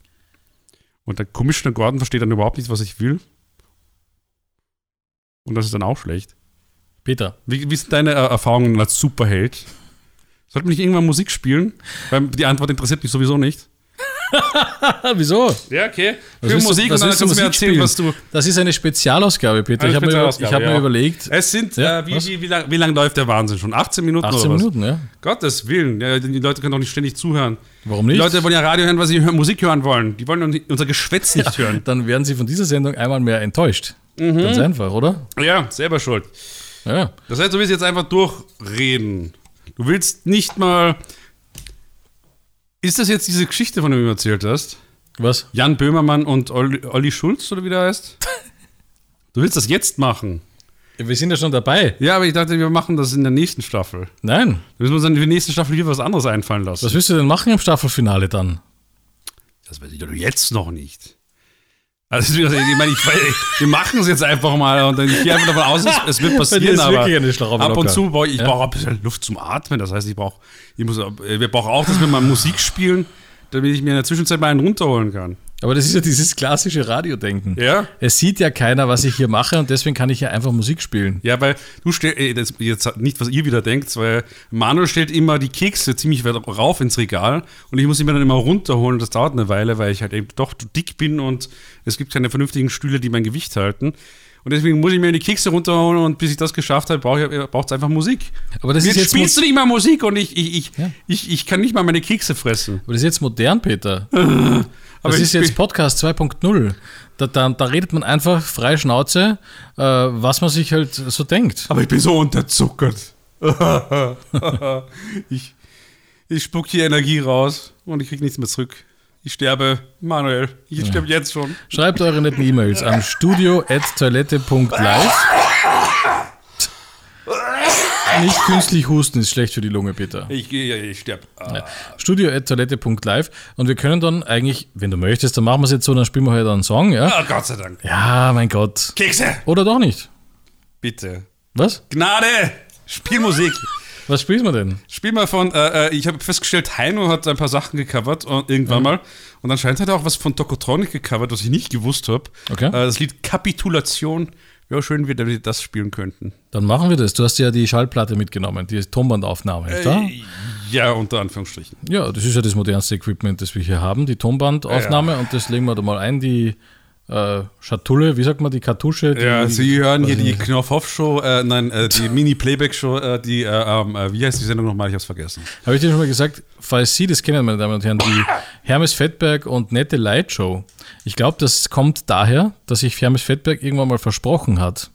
Speaker 1: Und der Commissioner Gordon versteht dann überhaupt nicht, was ich will. Und das ist dann auch schlecht.
Speaker 2: Peter.
Speaker 1: Wie, wie, sind deine äh, Erfahrungen als Superheld? Sollte man nicht irgendwann Musik spielen? Weil die Antwort interessiert mich sowieso nicht.
Speaker 2: Ah, Wieso?
Speaker 1: Ja, okay. Was Für Musik du, und dann kannst du mir erzählen, spielen? was du.
Speaker 2: Das ist eine Spezialausgabe, Peter. Eine Also ich habe mir, über, hab ja. mir, überlegt.
Speaker 1: Es sind, ja, äh, wie, wie, wie lange lang läuft der Wahnsinn schon? 18 Minuten
Speaker 2: 18 oder was? Minuten, ja.
Speaker 1: Gottes Willen. Ja, die Leute können doch nicht ständig zuhören.
Speaker 2: Warum nicht?
Speaker 1: Die Leute wollen ja Radio hören, weil sie hören, Musik hören wollen. Die wollen unser Geschwätz nicht hören.
Speaker 2: Dann werden sie von dieser Sendung einmal mehr enttäuscht. Mhm. Ganz einfach, oder?
Speaker 1: Ja, selber schuld.
Speaker 2: Ja.
Speaker 1: Das heißt, du willst jetzt einfach durchreden. Du willst nicht mal. Ist das jetzt diese Geschichte, von der du erzählt hast?
Speaker 2: Was?
Speaker 1: Jan Böhmermann und Olli, Olli Schulz oder wie der heißt? du willst das jetzt machen.
Speaker 2: Ja, wir sind ja schon dabei.
Speaker 1: Ja, aber ich dachte, wir machen das in der nächsten Staffel.
Speaker 2: Nein.
Speaker 1: Dann müssen wir uns in der nächsten Staffel hier was anderes einfallen lassen.
Speaker 2: Was willst du denn machen im Staffelfinale dann?
Speaker 1: Das weiß ich doch jetzt noch nicht. Also ich meine, ich, wir machen es jetzt einfach mal und ich gehe einfach davon aus, es, wird passieren, aber ab und zu brauche ich, ich brauche ein bisschen Luft zum Atmen. Das heißt, ich brauche, ich muss, äh, wir brauchen auch, dass wir mal Musik spielen, damit ich mir in der Zwischenzeit mal einen runterholen kann.
Speaker 2: Aber das ist ja dieses klassische Radiodenken.
Speaker 1: Ja.
Speaker 2: Es sieht ja keiner, was ich hier mache und deswegen kann ich ja einfach Musik spielen.
Speaker 1: Ja, weil du stellst jetzt nicht, was ihr wieder denkt, weil Manuel stellt immer die Kekse ziemlich weit rauf ins Regal und ich muss sie mir dann immer runterholen. Das dauert eine Weile, weil ich halt eben doch dick bin und es gibt keine vernünftigen Stühle, die mein Gewicht halten. Und deswegen muss ich mir die Kekse runterholen und bis ich das geschafft habe, braucht es einfach Musik.
Speaker 2: Aber das
Speaker 1: Mir
Speaker 2: ist jetzt
Speaker 1: spielst du nicht mal Musik und ich, ich, ich,
Speaker 2: Ja.
Speaker 1: ich, ich kann nicht mal meine Kekse fressen.
Speaker 2: Aber das ist jetzt modern, Peter.
Speaker 1: Aber
Speaker 2: das
Speaker 1: ich
Speaker 2: ist jetzt
Speaker 1: bin-
Speaker 2: Podcast 2.0. Da, da, da redet man einfach frei Schnauze, äh, was man sich halt so denkt.
Speaker 1: Aber ich bin so unterzuckert. ich, ich spuck hier Energie raus und ich krieg nichts mehr zurück. Ich sterbe, Manuel. Ich sterbe jetzt schon.
Speaker 2: Schreibt eure netten E-Mails am studio.toilette.live. Nicht künstlich husten, ist schlecht für die Lunge, Peter.
Speaker 1: Ich, ich, ich sterbe. Ah.
Speaker 2: Studio.toilette.live. Und wir können dann eigentlich, wenn du möchtest, dann machen wir es jetzt so, dann spielen wir heute einen Song, ja?
Speaker 1: Ah, Gott sei Dank.
Speaker 2: Ja, mein Gott.
Speaker 1: Kekse,
Speaker 2: Oder doch nicht.
Speaker 1: bitte.
Speaker 2: Was?
Speaker 1: Gnade! Spielmusik.
Speaker 2: Was spielen wir denn?
Speaker 1: Spiel mal von, äh, äh, ich habe festgestellt, Heino hat ein paar Sachen gecovert und, irgendwann mal. Und anscheinend hat er auch was von Tokotronic gecovert, was ich nicht gewusst habe.
Speaker 2: Okay.
Speaker 1: Äh, das Lied Kapitulation. Ja, schön, wenn wir das spielen könnten.
Speaker 2: Dann machen wir das. Du hast ja die Schallplatte mitgenommen, die Tonbandaufnahme, nicht wahr?
Speaker 1: Äh, ja, unter Anführungsstrichen.
Speaker 2: Ja, das ist ja das modernste Equipment, das wir hier haben, die Tonbandaufnahme und das legen wir da mal ein, die äh, Schatulle, wie sagt man, die Kartusche, die,
Speaker 1: Ja, Sie hören hier die Knopf-Hoff-Show, äh, nein, äh, die Mini-Playback-Show, äh, die, äh, ähm, äh, wie heißt die Sendung nochmal? Ich hab's vergessen.
Speaker 2: habe ich dir schon mal gesagt, falls Sie das kennen, meine Damen und Herren, die Hermes Fettberg und Nette Light Show. Ich glaube, das kommt daher, dass sich Hermes Fettberg irgendwann mal versprochen hat.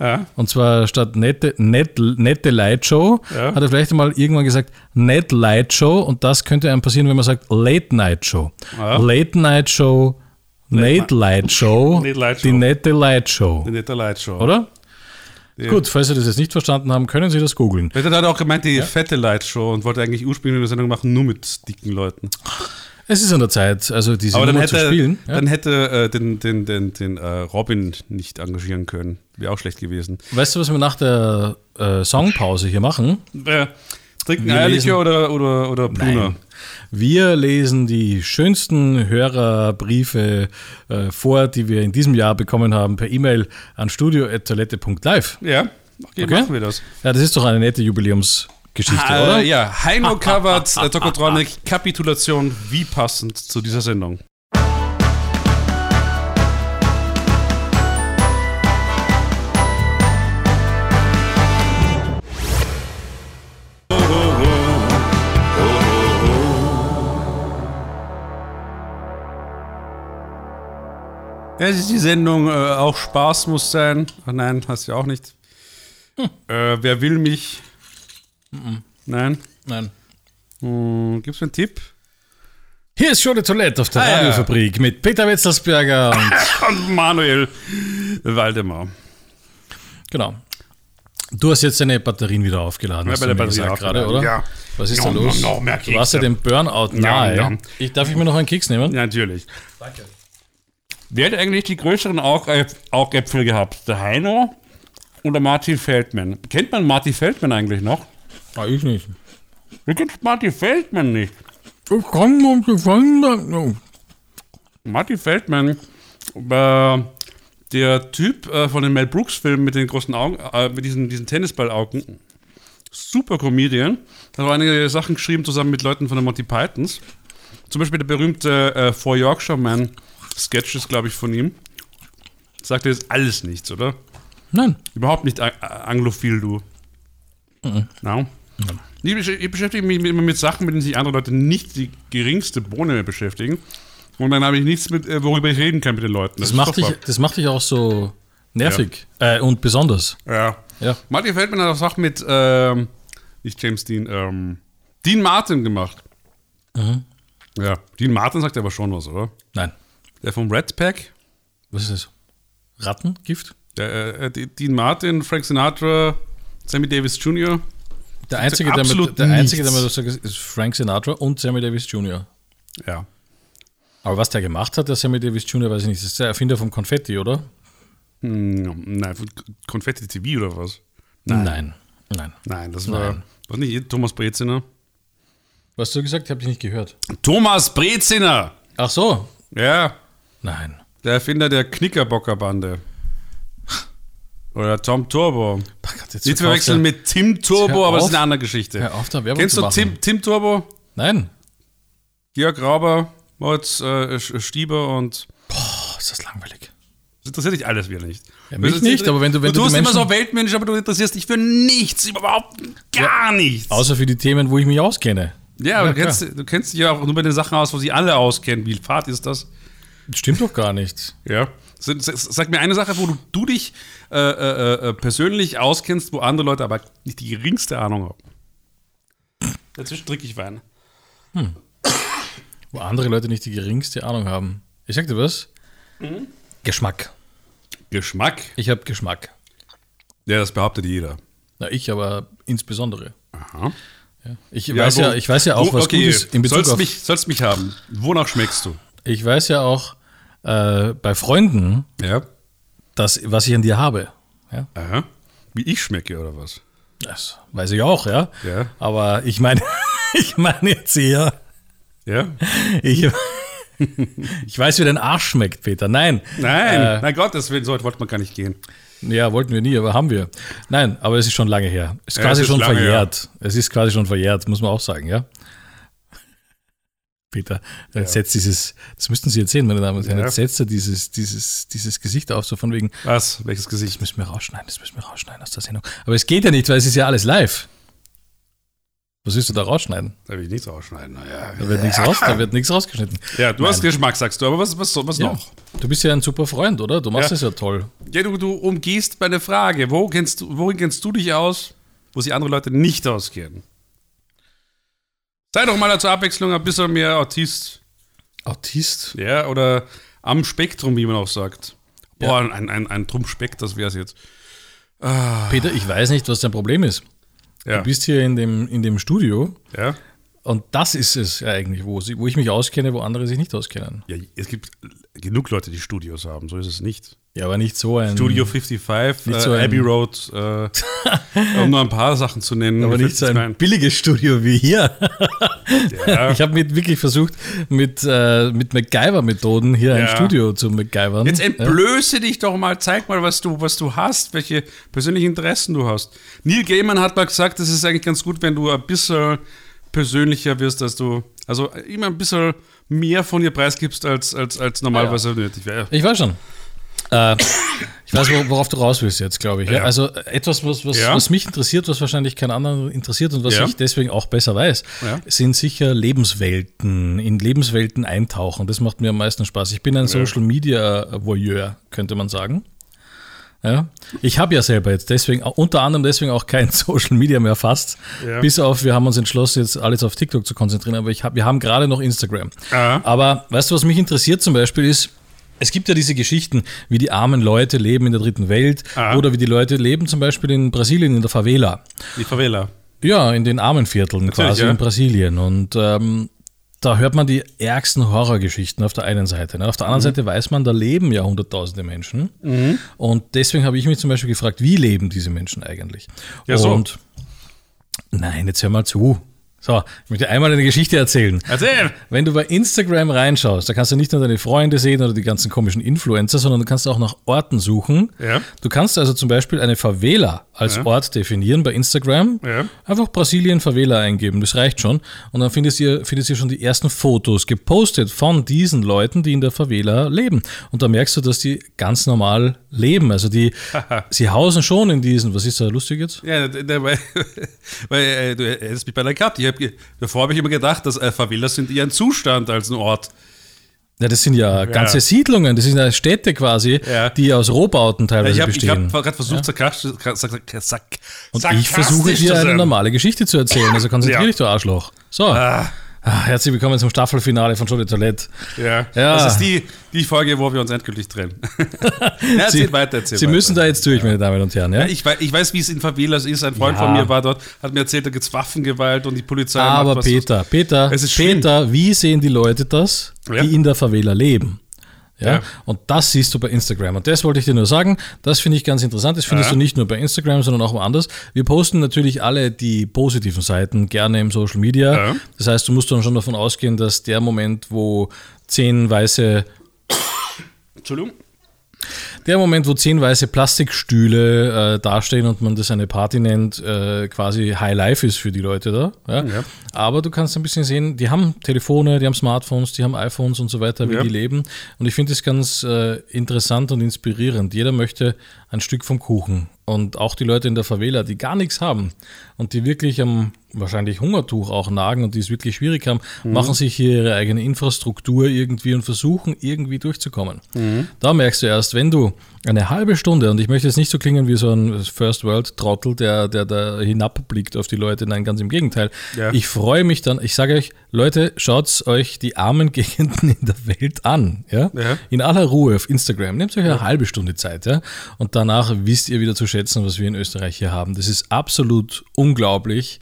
Speaker 1: Ja.
Speaker 2: Und zwar statt Nette, Net, Nette Light Show
Speaker 1: Ja.
Speaker 2: hat er vielleicht einmal irgendwann gesagt, Net Light Show und das könnte einem passieren, wenn man sagt Late Night Show.
Speaker 1: Ja.
Speaker 2: Late Night Show, Nate Light Show,
Speaker 1: Nate Light
Speaker 2: die
Speaker 1: Show.
Speaker 2: Nette Light Show.
Speaker 1: Die nette Light-Show.
Speaker 2: Oder? Gut, falls Sie das jetzt nicht verstanden haben, können Sie das googeln.
Speaker 1: Peter hat auch gemeint, die fette Light-Show und wollte eigentlich ursprünglich eine Sendung machen, nur mit dicken Leuten.
Speaker 2: Es ist an der Zeit, also diese
Speaker 1: Aber dann
Speaker 2: Nummer
Speaker 1: hätte,
Speaker 2: zu spielen. Ja.
Speaker 1: dann hätte äh, den, den, den, den äh, Robin nicht engagieren können. Wäre auch schlecht gewesen.
Speaker 2: Weißt du, was wir nach der äh, Songpause hier machen?
Speaker 1: Äh, trinken
Speaker 2: Wir lesen-
Speaker 1: Eierlikör oder, oder, oder Bruna?
Speaker 2: Wir lesen die schönsten Hörerbriefe äh, vor, die wir in diesem Jahr bekommen haben, per E-Mail an studio.toilette.live.
Speaker 1: Ja, okay,
Speaker 2: Okay.
Speaker 1: machen wir das.
Speaker 2: Ja, das ist doch eine nette Jubiläumsgeschichte,
Speaker 1: Äh,
Speaker 2: oder?
Speaker 1: Ja, Heino covert äh, Tokotronic Kapitulation, wie passend zu dieser Sendung. Es ist die Sendung, äh, auch Spaß muss sein. Ach nein, hast du ja auch nicht. Äh, wer will mich? Nein.
Speaker 2: Nein.
Speaker 1: Hm, gibt's mir einen Tipp?
Speaker 2: Hier ist schon die Toilette auf der
Speaker 1: Ah, ja.
Speaker 2: Radiofabrik mit Peter Wetzelsberger und
Speaker 1: Und Manuel Waldemar.
Speaker 2: Genau. Du hast jetzt deine Batterien wieder aufgeladen.
Speaker 1: Ja,
Speaker 2: hast
Speaker 1: bei
Speaker 2: du
Speaker 1: der
Speaker 2: mir
Speaker 1: Batterie
Speaker 2: gesagt gerade, oder?
Speaker 1: aufgeladen, ja.
Speaker 2: Was ist da
Speaker 1: Nom, nom,
Speaker 2: los?
Speaker 1: nom, mehr
Speaker 2: du warst
Speaker 1: Kekse.
Speaker 2: ja dem Burnout nahe.
Speaker 1: nom.
Speaker 2: Ich darf ich mir noch einen Keks nehmen?
Speaker 1: Ja, natürlich. Danke. Wer hat eigentlich die größeren Augäp- Augäpfel gehabt? Der Heino oder Martin Feldman? Kennt man Martin Feldman eigentlich noch?
Speaker 2: Ah, ich nicht.
Speaker 1: Wie kennt Martin Feldman nicht?
Speaker 2: Ich kann noch gefangen.
Speaker 1: Martin Feldman, äh, der Typ äh, von den Mel Brooks-Filmen mit den großen Augen, äh, mit diesen, diesen Tennisballaugen, super Comedian, hat auch einige Sachen geschrieben zusammen mit Leuten von den Monty Pythons. Zum Beispiel der berühmte äh, Four Yorkshire Man Sketch ist, glaube ich, von ihm. Sagt dir jetzt alles nichts, oder?
Speaker 2: Nein.
Speaker 1: Überhaupt nicht a- a- anglophil, du.
Speaker 2: Mhm.
Speaker 1: Na? Ich, besch- ich beschäftige mich immer mit Sachen, mit denen sich andere Leute nicht die geringste Bohne mehr beschäftigen. Und dann habe ich nichts, mit, äh, worüber ich reden kann mit den Leuten.
Speaker 2: Das
Speaker 1: ist
Speaker 2: macht, dich,
Speaker 1: furchtbar.
Speaker 2: das macht dich auch so nervig äh, und besonders.
Speaker 1: Ja.
Speaker 2: Ja.
Speaker 1: Martin Feldman hat auch Sachen mit, ähm, nicht James Dean, ähm, Dean Martin gemacht.
Speaker 2: Mhm.
Speaker 1: Ja, Dean Martin sagt aber schon was, oder?
Speaker 2: Nein.
Speaker 1: Der vom Red Pack.
Speaker 2: Was ist das? Rattengift?
Speaker 1: Der, äh, äh, Dean Martin, Frank Sinatra, Sammy Davis Jr.
Speaker 2: Der einzige, der
Speaker 1: absolut
Speaker 2: mit, der einzige, der
Speaker 1: nichts.
Speaker 2: mit das sagt, ist Frank Sinatra und Sammy Davis Jr.
Speaker 1: Ja.
Speaker 2: Aber was der gemacht hat, der Sammy Davis Jr., weiß ich nicht. Das ist der Erfinder vom Konfetti, oder?
Speaker 1: Hm, Nein, von K- Konfetti TV oder was?
Speaker 2: Nein. Nein. Nein.
Speaker 1: Nein, das war. Was nicht? Thomas Breziner?
Speaker 2: Was hast du gesagt? Habe ich nicht gehört.
Speaker 1: Thomas Breziner!
Speaker 2: Ach so.
Speaker 1: Ja,
Speaker 2: Nein.
Speaker 1: der Erfinder der Knickerbockerbande. Oder Tom Turbo.
Speaker 2: Ach Gott, jetzt
Speaker 1: Nicht
Speaker 2: hör auf,
Speaker 1: verwechseln
Speaker 2: da-
Speaker 1: mit Tim
Speaker 2: hör
Speaker 1: Turbo, aber das
Speaker 2: auf.
Speaker 1: ist eine andere Geschichte.
Speaker 2: Hör auf, da Werbung
Speaker 1: Kennst
Speaker 2: zu
Speaker 1: du
Speaker 2: machen.
Speaker 1: Tim, Tim Turbo?
Speaker 2: Nein.
Speaker 1: Georg Rauber, Moritz äh, Sch- Stieber und
Speaker 2: Oh, ist das langweilig.
Speaker 1: Das interessiert dich alles wieder nicht.
Speaker 2: Ja, mich nicht, aber wenn du, wenn
Speaker 1: du,
Speaker 2: du die
Speaker 1: tust immer
Speaker 2: Menschen,
Speaker 1: so weltmännisch, aber du interessierst dich für nichts, überhaupt gar nichts.
Speaker 2: außer für die Themen, wo ich mich auskenne.
Speaker 1: Ja, aber du,
Speaker 2: klar.
Speaker 1: kennst, du kennst dich ja auch nur bei den Sachen aus, wo sie alle auskennen. Wie fad ist das?
Speaker 2: Stimmt doch gar nicht.
Speaker 1: Ja. Sag sag mir eine Sache, wo du, du dich äh, äh, äh, persönlich auskennst, wo andere Leute aber nicht die geringste Ahnung haben. Dazwischen trinke ich Wein.
Speaker 2: Wo andere Leute nicht die geringste Ahnung haben. Ich sag dir was? Geschmack.
Speaker 1: Geschmack.
Speaker 2: Ich habe Geschmack.
Speaker 1: Ja, das behauptet jeder.
Speaker 2: Na, ich aber insbesondere.
Speaker 1: Aha.
Speaker 2: Ich, weiß, ja, ich weiß ja auch, was gut ist in Bezug
Speaker 1: sollst
Speaker 2: auf,
Speaker 1: Mich, sollst mich haben. Wonach schmeckst du?
Speaker 2: Ich weiß ja auch äh, bei Freunden,
Speaker 1: Ja.
Speaker 2: das, was ich an dir habe. Ja?
Speaker 1: Aha. Wie ich schmecke oder was?
Speaker 2: Das weiß ich auch, ja.
Speaker 1: Ja.
Speaker 2: Aber ich meine, ich meine jetzt eher,
Speaker 1: Ja.
Speaker 2: ich, ich weiß, wie dein Arsch schmeckt, Peter. Nein. Äh,
Speaker 1: Nein, mein Gott, deswegen so weit wollte man gar nicht gehen.
Speaker 2: Ja, wollten wir nie, aber haben wir. Nein, aber es ist schon lange her. Es ist
Speaker 1: Ja,
Speaker 2: quasi
Speaker 1: es ist
Speaker 2: schon
Speaker 1: lange
Speaker 2: verjährt. Es ist quasi schon verjährt, muss man auch sagen, ja. Peter, jetzt setzt dieses, das müssten Sie jetzt sehen, meine Damen und Herren,
Speaker 1: Ja.
Speaker 2: jetzt setzt er dieses, dieses, dieses Gesicht auf, so von wegen,
Speaker 1: Was? Welches Gesicht?
Speaker 2: das müssen wir rausschneiden, das müssen wir rausschneiden aus der Sendung. Aber es geht ja nicht, weil es ist ja alles live. Was willst du da rausschneiden?
Speaker 1: Da will ich nichts rausschneiden. Naja.
Speaker 2: Da wird nichts, raus, da wird nichts rausgeschnitten.
Speaker 1: Ja, du hast Geschmack, sagst du, aber was, was, was
Speaker 2: Ja.
Speaker 1: noch?
Speaker 2: Du bist ja ein super Freund, oder? Du machst
Speaker 1: Ja.
Speaker 2: es ja toll.
Speaker 1: Ja, du, du umgehst meine Frage. Wo kennst du, worin kennst du dich aus, wo sich andere Leute nicht auskennen? Sei doch mal zur Abwechslung ein bisschen mehr Autist.
Speaker 2: Autist?
Speaker 1: Ja, oder am Spektrum, wie man auch sagt. Boah, ein, ein, ein Trumpfspeck, das wär's jetzt.
Speaker 2: Peter, ich weiß nicht, was dein Problem ist.
Speaker 1: Ja.
Speaker 2: Du bist hier in dem, in dem Studio
Speaker 1: ja.
Speaker 2: Und das ist es ja eigentlich, wo, sie, wo ich mich auskenne, wo andere sich nicht auskennen.
Speaker 1: ja, es gibt genug Leute, die Studios haben, so ist es nicht.
Speaker 2: Ja, aber nicht so ein.
Speaker 1: Studio 55,
Speaker 2: Nicht
Speaker 1: äh,
Speaker 2: so ein-
Speaker 1: Abbey Road, äh, um nur ein paar Sachen zu nennen.
Speaker 2: Aber
Speaker 1: Mir
Speaker 2: nicht so
Speaker 1: fällt
Speaker 2: ein
Speaker 1: jetzt
Speaker 2: billiges Studio wie hier.
Speaker 1: kein- Ja.
Speaker 2: Ich habe mit wirklich versucht, mit, äh, mit MacGyver-Methoden hier ein
Speaker 1: Ja.
Speaker 2: Studio zu MacGyvern.
Speaker 1: Jetzt entblöße dich doch mal, zeig mal, was du, was du hast, welche persönlichen Interessen du hast. Neil Gaiman hat mal gesagt, es ist eigentlich ganz gut, wenn du ein bisschen persönlicher wirst, dass du, also immer ein bisschen mehr von dir preisgibst, als, als, als
Speaker 2: Ah,
Speaker 1: normalerweise nötig wäre.
Speaker 2: Ich weiß schon. Äh, ich weiß, wo- worauf du raus willst jetzt, glaube ich. Ja.
Speaker 1: Ja.
Speaker 2: Also äh, etwas, was, was,
Speaker 1: Ja.
Speaker 2: was mich interessiert, was wahrscheinlich keinen anderen interessiert und was
Speaker 1: Ja.
Speaker 2: ich deswegen auch besser weiß,
Speaker 1: Ja.
Speaker 2: sind sicher Lebenswelten, in Lebenswelten eintauchen. Das macht mir am meisten Spaß. Ich bin ein Social Media Voyeur, könnte man sagen. Ja. Ich habe ja selber jetzt deswegen, unter anderem deswegen auch kein Social Media mehr fast.
Speaker 1: Ja.
Speaker 2: Bis auf, wir haben uns entschlossen, jetzt alles auf TikTok zu konzentrieren, aber ich hab, wir haben gerade noch Instagram.
Speaker 1: Ah.
Speaker 2: Aber weißt du, was mich interessiert zum Beispiel ist, es gibt ja diese Geschichten, wie die armen Leute leben in der dritten Welt
Speaker 1: Ah.
Speaker 2: oder wie die Leute leben zum Beispiel in Brasilien in der Favela.
Speaker 1: Die Favela.
Speaker 2: Ja, in den armen Vierteln quasi
Speaker 1: ja.
Speaker 2: in Brasilien. Und ähm, da hört man die ärgsten Horrorgeschichten auf der einen Seite. Ne? Auf der
Speaker 1: Mhm.
Speaker 2: anderen Seite weiß man, da leben ja hunderttausende Menschen. Und deswegen habe ich mich zum Beispiel gefragt, wie leben diese Menschen eigentlich?
Speaker 1: Ja, so.
Speaker 2: Und nein, jetzt hör mal zu. So, ich möchte einmal eine Geschichte erzählen.
Speaker 1: Erzähl!
Speaker 2: Wenn du bei Instagram reinschaust, da kannst du nicht nur deine Freunde sehen oder die ganzen komischen Influencer, sondern du kannst auch nach Orten suchen.
Speaker 1: Ja.
Speaker 2: Du kannst also zum Beispiel eine Favela als Ort definieren bei Instagram.
Speaker 1: Ja.
Speaker 2: Einfach Brasilien Favela eingeben, das reicht schon. Und dann findest ihr, findest ihr schon die ersten Fotos gepostet von diesen Leuten, die in der Favela leben. Und da merkst du, dass die ganz normal leben. Also die, sie hausen schon in diesen, was ist da lustig jetzt?
Speaker 1: Ja, d- d- weil, weil äh, du hättest mich beinahe gehabt. Ich hab, ge- davor habe ich immer gedacht, dass äh, Favelas sind eher ein Zustand als ein Ort.
Speaker 2: Ja, das sind ja ganze Siedlungen, das sind ja Städte quasi,
Speaker 1: Ja.
Speaker 2: die aus Rohbauten teilweise
Speaker 1: Ich habe
Speaker 2: bestehen.
Speaker 1: hab gerade versucht, sarkastisch, sarkastisch,
Speaker 2: Und ich versuche
Speaker 1: zu
Speaker 2: dir eine
Speaker 1: sein.
Speaker 2: normale Geschichte zu erzählen. Also konzentrier
Speaker 1: ähm, Ja.
Speaker 2: dich, du Arschloch. So.
Speaker 1: Ah.
Speaker 2: Ah, Herzlich willkommen zum Staffelfinale von Show de Toilette.
Speaker 1: Ja.
Speaker 2: Ja.
Speaker 1: Das ist die, die Folge, wo wir uns endgültig trennen. ja, erzähl
Speaker 2: Sie,
Speaker 1: weiter, erzähl
Speaker 2: Sie
Speaker 1: weiter.
Speaker 2: müssen da jetzt durch, meine Damen und Herren. Ja?
Speaker 1: Ich weiß, ich weiß, wie es in Favelas ist. Ein Freund
Speaker 2: Ja.
Speaker 1: von mir war dort, hat mir erzählt, da gibt es Waffengewalt und die Polizei.
Speaker 2: Aber
Speaker 1: macht was
Speaker 2: Peter, Peter,
Speaker 1: Es ist
Speaker 2: Peter, wie sehen die Leute das,
Speaker 1: Ja.
Speaker 2: die in der Favela leben? Ja?
Speaker 1: Ja.
Speaker 2: Und das siehst du bei Instagram. Und das wollte ich dir nur sagen. Das finde ich ganz interessant. Das findest
Speaker 1: Ja.
Speaker 2: du nicht nur bei Instagram, sondern auch woanders. Wir posten natürlich alle die positiven Seiten gerne im Social Media.
Speaker 1: Ja.
Speaker 2: Das heißt, du musst dann schon davon ausgehen, dass der Moment, wo zehn weiße
Speaker 1: Entschuldigung.
Speaker 2: der Moment, wo zehn weiße Plastikstühle äh, dastehen und man das eine Party nennt, äh, quasi High Life ist für die Leute da. Ja?
Speaker 1: Ja.
Speaker 2: Aber du kannst ein bisschen sehen, die haben Telefone, die haben Smartphones, die haben iPhones und so weiter, wie
Speaker 1: Ja.
Speaker 2: die leben. Und ich finde das ganz äh, interessant und inspirierend. Jeder möchte ein Stück vom Kuchen. Und auch die Leute in der Favela, die gar nichts haben und die wirklich am wahrscheinlich Hungertuch auch nagen und die es wirklich schwierig haben,
Speaker 1: Mhm.
Speaker 2: machen sich hier ihre eigene Infrastruktur irgendwie und versuchen irgendwie durchzukommen.
Speaker 1: Mhm.
Speaker 2: Da merkst du erst, wenn du eine halbe Stunde, und ich möchte jetzt nicht so klingen wie so ein First World Trottel, der, der da hinabblickt auf die Leute, nein, ganz im Gegenteil.
Speaker 1: Ja.
Speaker 2: Ich freue mich dann, ich sage euch, Leute, schaut euch die armen Gegenden in der Welt an. Ja?
Speaker 1: Ja.
Speaker 2: In aller Ruhe auf Instagram. Nehmt euch eine halbe Stunde Zeit. Ja? Und danach wisst ihr wieder zu schätzen, was wir in Österreich hier haben. Das ist absolut unglaublich,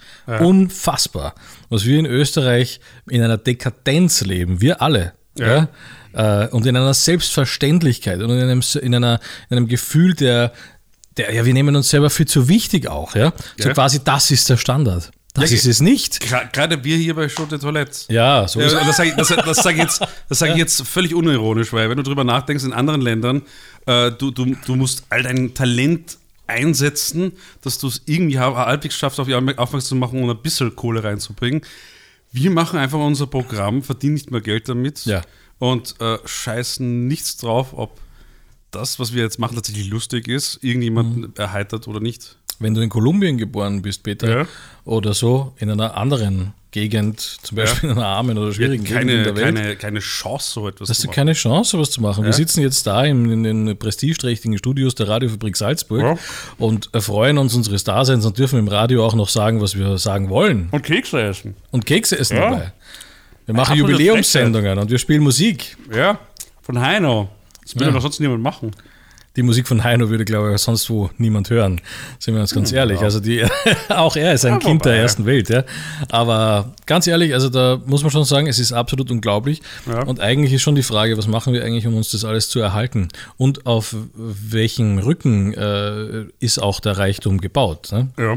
Speaker 2: unfassbar, was wir in Österreich in einer Dekadenz leben. Wir alle.
Speaker 1: Ja.
Speaker 2: ja? Äh, Und in einer Selbstverständlichkeit und in einem, in einer, in einem Gefühl der, der, ja, wir nehmen uns selber viel zu wichtig auch, ja. So
Speaker 1: Ja.
Speaker 2: quasi, das ist der Standard. Das
Speaker 1: Ja,
Speaker 2: ist es nicht.
Speaker 1: Gra- Gerade wir hier bei Show de Toilette.
Speaker 2: Ja, so
Speaker 1: Ja,
Speaker 2: ist es.
Speaker 1: das sage ich, das, das sag ich, jetzt- das sag ich jetzt völlig unironisch, weil wenn du drüber nachdenkst, in anderen Ländern, äh, du, du, du musst all dein Talent einsetzen, dass du es irgendwie ha- halbwegs schaffst, auf dich aufmerk- aufmerksam zu machen und ein bisschen Kohle reinzubringen. Wir machen einfach unser Programm, verdienen nicht mehr Geld damit
Speaker 2: Ja.
Speaker 1: und äh, scheißen nichts drauf, ob das, was wir jetzt machen, tatsächlich lustig ist, irgendjemanden
Speaker 2: Mhm.
Speaker 1: erheitert oder nicht.
Speaker 2: Wenn du in Kolumbien geboren bist, Peter,
Speaker 1: Ja.
Speaker 2: oder so, in einer anderen Gegend, zum Beispiel in einer armen oder
Speaker 1: Wir
Speaker 2: schwierigen
Speaker 1: hätten
Speaker 2: Gegend
Speaker 1: keine,
Speaker 2: in der Welt.
Speaker 1: keine, keine Chance, so etwas
Speaker 2: Hast du keine Chance, sowas zu machen? Wir sitzen jetzt da in, in den prestigeträchtigen Studios der Radiofabrik Salzburg
Speaker 1: Ja.
Speaker 2: und erfreuen uns unseres Daseins und dürfen im Radio auch noch sagen, was wir sagen wollen.
Speaker 1: Und Kekse essen.
Speaker 2: Und Kekse essen
Speaker 1: Ja.
Speaker 2: dabei. Wir machen
Speaker 1: Absolute
Speaker 2: Jubiläumssendungen und wir spielen Musik.
Speaker 1: Ja, von Heino. Das will
Speaker 2: Ja.
Speaker 1: ja. doch sonst niemand machen.
Speaker 2: Die Musik von Heino würde, glaube ich, sonst wo niemand hören. Sind wir uns ganz ehrlich. Also die, auch er ist ein
Speaker 1: Hm, Ja,
Speaker 2: Kind der
Speaker 1: wobei.
Speaker 2: ersten Welt, ja. Aber ganz ehrlich, also da muss man schon sagen, es ist absolut unglaublich.
Speaker 1: Ja.
Speaker 2: Und eigentlich ist schon die Frage, was machen wir eigentlich, um uns das alles zu erhalten? Und auf welchem Rücken äh, ist auch der Reichtum gebaut? Ne?
Speaker 1: Ja.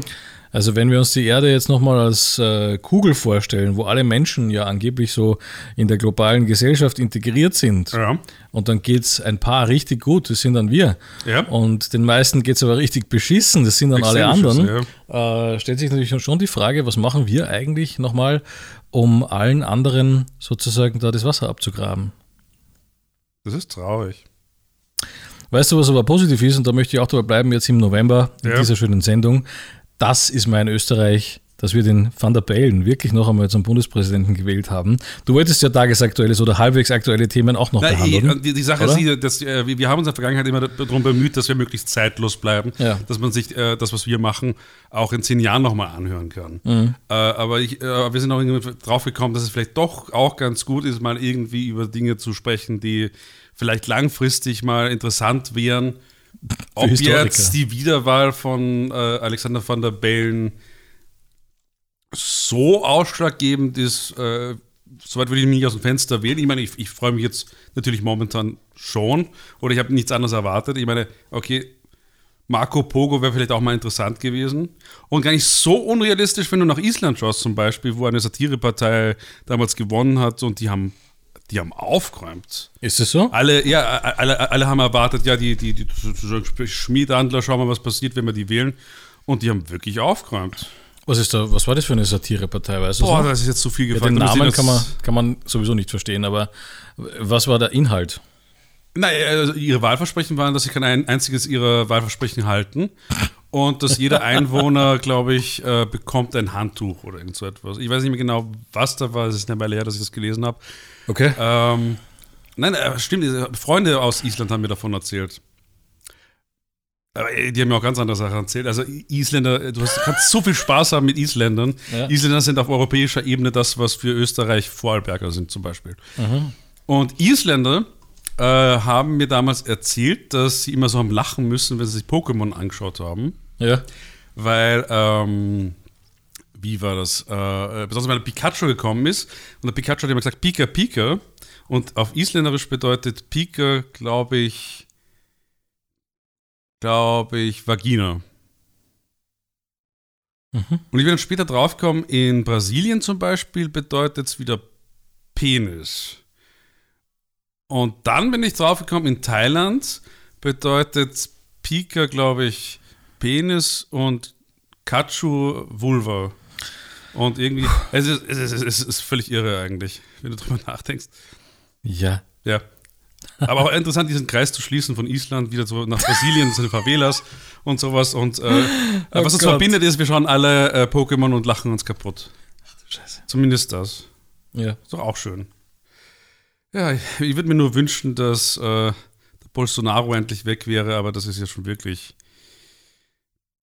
Speaker 2: Also wenn wir uns die Erde jetzt nochmal als äh, Kugel vorstellen, wo alle Menschen ja angeblich so in der globalen Gesellschaft integriert sind.
Speaker 1: Ja.
Speaker 2: Und dann geht es ein paar richtig gut, das sind dann wir.
Speaker 1: Ja.
Speaker 2: Und den meisten geht es aber richtig beschissen, das sind dann alle
Speaker 1: Extrem
Speaker 2: anderen.
Speaker 1: beschissen,
Speaker 2: Äh, stellt sich natürlich schon die Frage, was machen wir eigentlich nochmal, um allen anderen sozusagen da das Wasser abzugraben?
Speaker 1: Das ist traurig.
Speaker 2: Weißt du, was aber positiv ist, und da möchte ich auch dabei bleiben, jetzt im November in
Speaker 1: Ja.
Speaker 2: dieser schönen Sendung, das ist mein Österreich, dass wir den Van der Bellen wirklich noch einmal zum Bundespräsidenten gewählt haben. Du wolltest ja tagesaktuelles oder halbwegs aktuelle Themen auch noch
Speaker 1: Nein,
Speaker 2: behandeln.
Speaker 1: eh, die, die Sache
Speaker 2: oder?
Speaker 1: ist, die, dass, äh, wir wir haben uns in der Vergangenheit immer darum bemüht, dass wir möglichst zeitlos bleiben,
Speaker 2: Ja.
Speaker 1: dass man sich äh, das, was wir machen, auch in zehn Jahren nochmal anhören kann.
Speaker 2: Mhm.
Speaker 1: Äh, aber ich, äh, wir sind auch irgendwie drauf gekommen, dass es vielleicht doch auch ganz gut ist, mal irgendwie über Dinge zu sprechen, die vielleicht langfristig mal interessant wären. Ob
Speaker 2: Historiker.
Speaker 1: jetzt die Wiederwahl von äh, Alexander van der Bellen so ausschlaggebend ist, äh, soweit würde ich mich nicht aus dem Fenster wählen. Ich meine, ich, ich freue mich jetzt natürlich momentan schon oder ich habe nichts anderes erwartet. Ich meine, okay, Marco Pogo wäre vielleicht auch mal interessant gewesen. Und gar nicht so unrealistisch, wenn du nach Island schaust zum Beispiel, wo eine Satirepartei damals gewonnen hat und die haben, die haben aufgeräumt.
Speaker 2: Ist es so?
Speaker 1: Alle, ja, alle, alle haben erwartet, ja, die, die, die Schmiedhandler, schauen wir mal, was passiert, wenn wir die wählen. Und die haben wirklich aufgeräumt. Also,
Speaker 2: Was, ist da, was war das für eine Satirepartei? Weißt du
Speaker 1: Boah,
Speaker 2: so?
Speaker 1: das ist jetzt zu viel
Speaker 2: ja,
Speaker 1: gefragt.
Speaker 2: den
Speaker 1: Da müsst ihr
Speaker 2: Namen
Speaker 1: das-
Speaker 2: kann man, kann man sowieso nicht verstehen, aber was war der Inhalt?
Speaker 1: Nein, also ihre Wahlversprechen waren, dass sie kein ein einziges ihrer Wahlversprechen halten. Und dass jeder Einwohner, glaube ich, äh, bekommt ein Handtuch oder irgend so etwas. Ich weiß nicht mehr genau, was da war. Es ist eine Weile her, dass ich das gelesen habe.
Speaker 2: Okay.
Speaker 1: Ähm, nein, äh, stimmt, diese Freunde aus Island haben mir davon erzählt. Aber äh, die haben mir auch ganz andere Sachen erzählt. Also I- Isländer, äh, du hast, kannst so viel Spaß haben mit Isländern.
Speaker 2: Ja.
Speaker 1: Isländer sind auf europäischer Ebene das, was für Österreich Vorarlberger sind zum Beispiel. Und Isländer äh, haben mir damals erzählt, dass sie immer so am Lachen müssen, wenn sie sich Pokémon angeschaut haben.
Speaker 2: Ja.
Speaker 1: Weil, ähm, wie war das? Äh, äh, besonders weil Pikachu gekommen ist und der Pikachu hat immer gesagt Pika Pika und auf Isländerisch bedeutet Pika, glaube ich, glaube ich, Vagina.
Speaker 2: Mhm.
Speaker 1: Und ich bin dann später draufgekommen, in Brasilien zum Beispiel bedeutet es wieder Penis. Und dann bin ich draufgekommen, in Thailand bedeutet Pika, glaube ich, Penis und Kachu Vulva. Und irgendwie, es ist, es, ist, es ist völlig irre eigentlich, wenn du drüber nachdenkst.
Speaker 2: Ja.
Speaker 1: Ja. Aber auch interessant, diesen Kreis zu schließen von Island wieder so nach Brasilien, zu den Favelas und sowas. Und äh, was uns
Speaker 2: Gott.
Speaker 1: verbindet, ist, wir schauen alle äh, Pokémon und lachen uns kaputt.
Speaker 2: Scheiße.
Speaker 1: Zumindest das.
Speaker 2: Ja.
Speaker 1: Ist doch auch schön. Ja, ich, ich würde mir nur wünschen, dass äh, der Bolsonaro endlich weg wäre, aber das ist jetzt schon wirklich.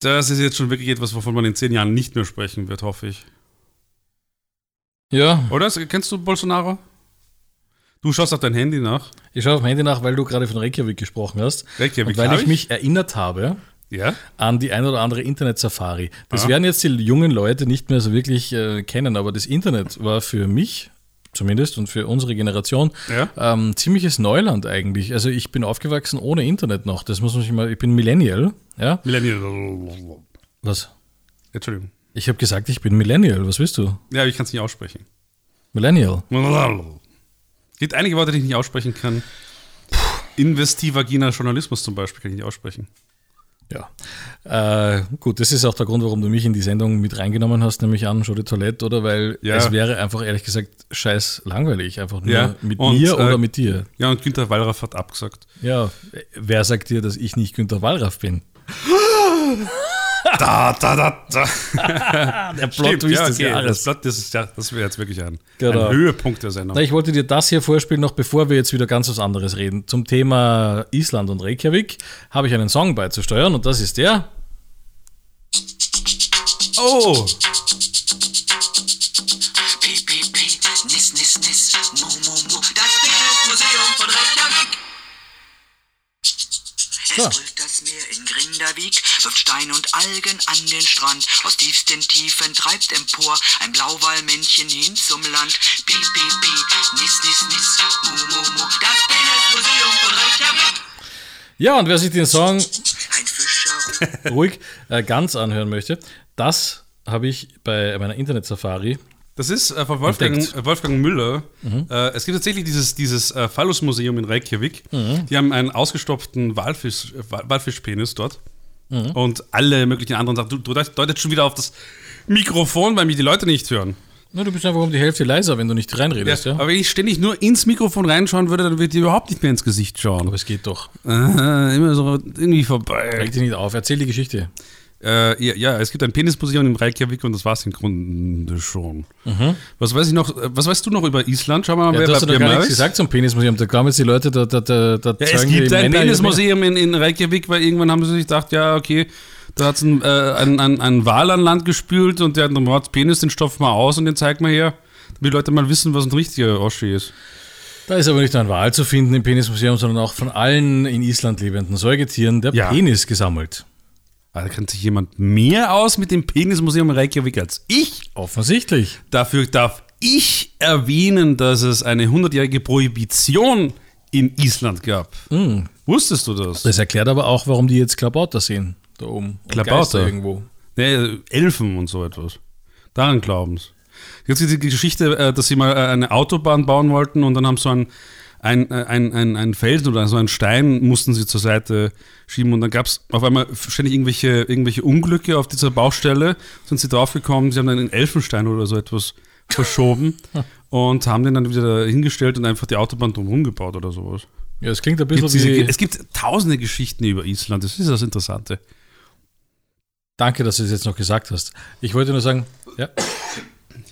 Speaker 1: Das ist jetzt schon wirklich etwas, wovon man in zehn Jahren nicht mehr sprechen wird, hoffe ich.
Speaker 2: Ja,
Speaker 1: Oder? Kennst du Bolsonaro? Du schaust auf dein Handy nach.
Speaker 2: ich schaue auf mein Handy nach, weil du gerade von Reykjavik gesprochen hast.
Speaker 1: Reykjavik,
Speaker 2: und weil
Speaker 1: hab
Speaker 2: ich mich erinnert habe
Speaker 1: Ja?
Speaker 2: an die ein oder andere Internet-Safari. Das
Speaker 1: Ah.
Speaker 2: werden jetzt die jungen Leute nicht mehr so wirklich äh, kennen, aber das Internet war für mich zumindest und für unsere Generation
Speaker 1: Ja?
Speaker 2: ähm, ziemliches Neuland eigentlich. Also ich bin aufgewachsen ohne Internet noch. Das muss man sich mal, ich bin Millennial, ja?
Speaker 1: Millennial.
Speaker 2: Was?
Speaker 1: Entschuldigung.
Speaker 2: Ich habe gesagt, ich bin Millennial. Was willst du?
Speaker 1: Ja, aber ich kann es nicht aussprechen.
Speaker 2: Millennial.
Speaker 1: Gibt einige Worte, die ich nicht aussprechen kann. Investivaginer Journalismus zum Beispiel kann ich nicht aussprechen.
Speaker 2: Ja. Äh, gut, das ist auch der Grund, warum du mich in die Sendung mit reingenommen hast, nämlich an Show de Toilette, oder? Weil
Speaker 1: Ja.
Speaker 2: es wäre einfach ehrlich gesagt scheiß langweilig, einfach nur
Speaker 1: Ja,
Speaker 2: mit
Speaker 1: und,
Speaker 2: mir
Speaker 1: äh,
Speaker 2: oder mit dir.
Speaker 1: Ja, und Günther Wallraff hat abgesagt.
Speaker 2: Ja, wer sagt dir, dass ich nicht Günter Wallraff bin?
Speaker 1: Da, da, da, da.
Speaker 2: Der Plot
Speaker 1: Ah, Stimmt,
Speaker 2: Twist
Speaker 1: ja, okay.
Speaker 2: des
Speaker 1: Das,
Speaker 2: Jahres.
Speaker 1: Plot, das, ist, ja, das wäre jetzt wirklich ein,
Speaker 2: Genau.
Speaker 1: ein Höhepunkt der Sendung.
Speaker 2: Na, ich wollte dir das hier vorspielen, noch bevor wir jetzt wieder ganz was anderes reden. Zum Thema Island und Reykjavik habe ich einen Song beizusteuern und das ist der.
Speaker 1: Oh!
Speaker 3: Piep, piep, piep, nis, nis, nis, mu, mu, mu. Das Penismuseum von Reykjavik.
Speaker 2: So.
Speaker 3: Es brüllt das Meer in Grindavik, wirft Stein und Algen an den Strand. Aus tiefsten Tiefen treibt empor ein Blauwallmännchen hin zum Land. Piep, piep, piep, nis, nis, nis, mu, mu, mu. Das Penismuseum von Reykjavik.
Speaker 2: Ja, und wer sich den Song
Speaker 3: Ein Fischer ruft.
Speaker 2: ruhig äh, ganz anhören möchte, das habe ich bei meiner Internet-Safari.
Speaker 1: Das ist äh, von Wolfgang,
Speaker 2: Entdeckt. Mhm.
Speaker 1: äh, Wolfgang Müller. Äh, es gibt tatsächlich dieses, dieses äh, Phallus-Museum in Reykjavik.
Speaker 2: Mhm.
Speaker 1: Die haben einen ausgestopften Walfisch, äh, Wal- Walfischpenis dort.
Speaker 2: Mhm.
Speaker 1: Und alle möglichen anderen Sachen. Du, du deutest schon wieder auf das Mikrofon, weil mich die Leute nicht hören.
Speaker 2: Na, du bist einfach um die Hälfte leiser, wenn du nicht reinredest, ja?
Speaker 1: Aber wenn ich ständig nur ins Mikrofon reinschauen würde, dann würde die überhaupt nicht mehr ins Gesicht
Speaker 2: Aber
Speaker 1: schauen.
Speaker 2: es geht doch.
Speaker 1: Äh, immer so irgendwie vorbei.
Speaker 2: Reg dich nicht auf, erzähl die Geschichte.
Speaker 1: Äh, ja, ja, es gibt ein Penisposition in Reykjavik und das war es im Grunde schon. Was weiß ich noch, äh, was weißt du noch über Island? Schau mal,
Speaker 2: Mhm. Ja, du hast ja
Speaker 1: wer
Speaker 2: doch gar nichts
Speaker 1: weiß.
Speaker 2: gesagt zum Penismuseum. Da kamen jetzt die Leute, da, da, da, da
Speaker 1: Ja, es
Speaker 2: zeigen die
Speaker 1: gibt ein
Speaker 2: Männer ihre
Speaker 1: Penismuseum in, in Reykjavik, weil irgendwann haben sie sich gedacht, ja, okay, da hat es einen, äh, einen, einen, einen Wal an Land gespült und der hat einen Mord Penis, den stopfen wir aus und den zeigen wir her, damit die Leute mal wissen, was ein richtiger Oschi ist.
Speaker 2: Da ist aber nicht nur ein Wal zu finden im Penismuseum, sondern auch von allen in Island lebenden Säugetieren der
Speaker 1: Ja.
Speaker 2: Penis gesammelt.
Speaker 1: Ah, da kennt sich jemand mehr aus mit dem Penismuseum in Reykjavik als ich.
Speaker 2: Offensichtlich.
Speaker 1: Dafür darf ich erwähnen, dass es eine 100-jährige Prohibition in Island gab. Wusstest du das?
Speaker 2: Das erklärt aber auch, warum die jetzt Klabauter sehen, da oben. Und
Speaker 1: Klabauter?
Speaker 2: Geister irgendwo.
Speaker 1: Nee, Elfen und so etwas. Daran glauben's. Jetzt diese Geschichte, äh, dass sie mal äh, eine Autobahn bauen wollten und dann haben so ein, ein, äh, ein, ein, ein Felsen oder so einen Stein mussten sie zur Seite schieben und dann gab es auf einmal ständig irgendwelche, irgendwelche Unglücke auf dieser Baustelle. Sind sie draufgekommen, sie haben dann einen Elfenstein oder so etwas verschoben und haben den dann wieder hingestellt und einfach die Autobahn drumherum gebaut oder sowas.
Speaker 2: Ja, das klingt ein bisschen
Speaker 1: Gibt's diese,
Speaker 2: wie.
Speaker 1: es gibt tausende Geschichten über Island, das ist das Interessante.
Speaker 2: Danke, dass du es jetzt noch gesagt hast. Ich wollte nur sagen, ja.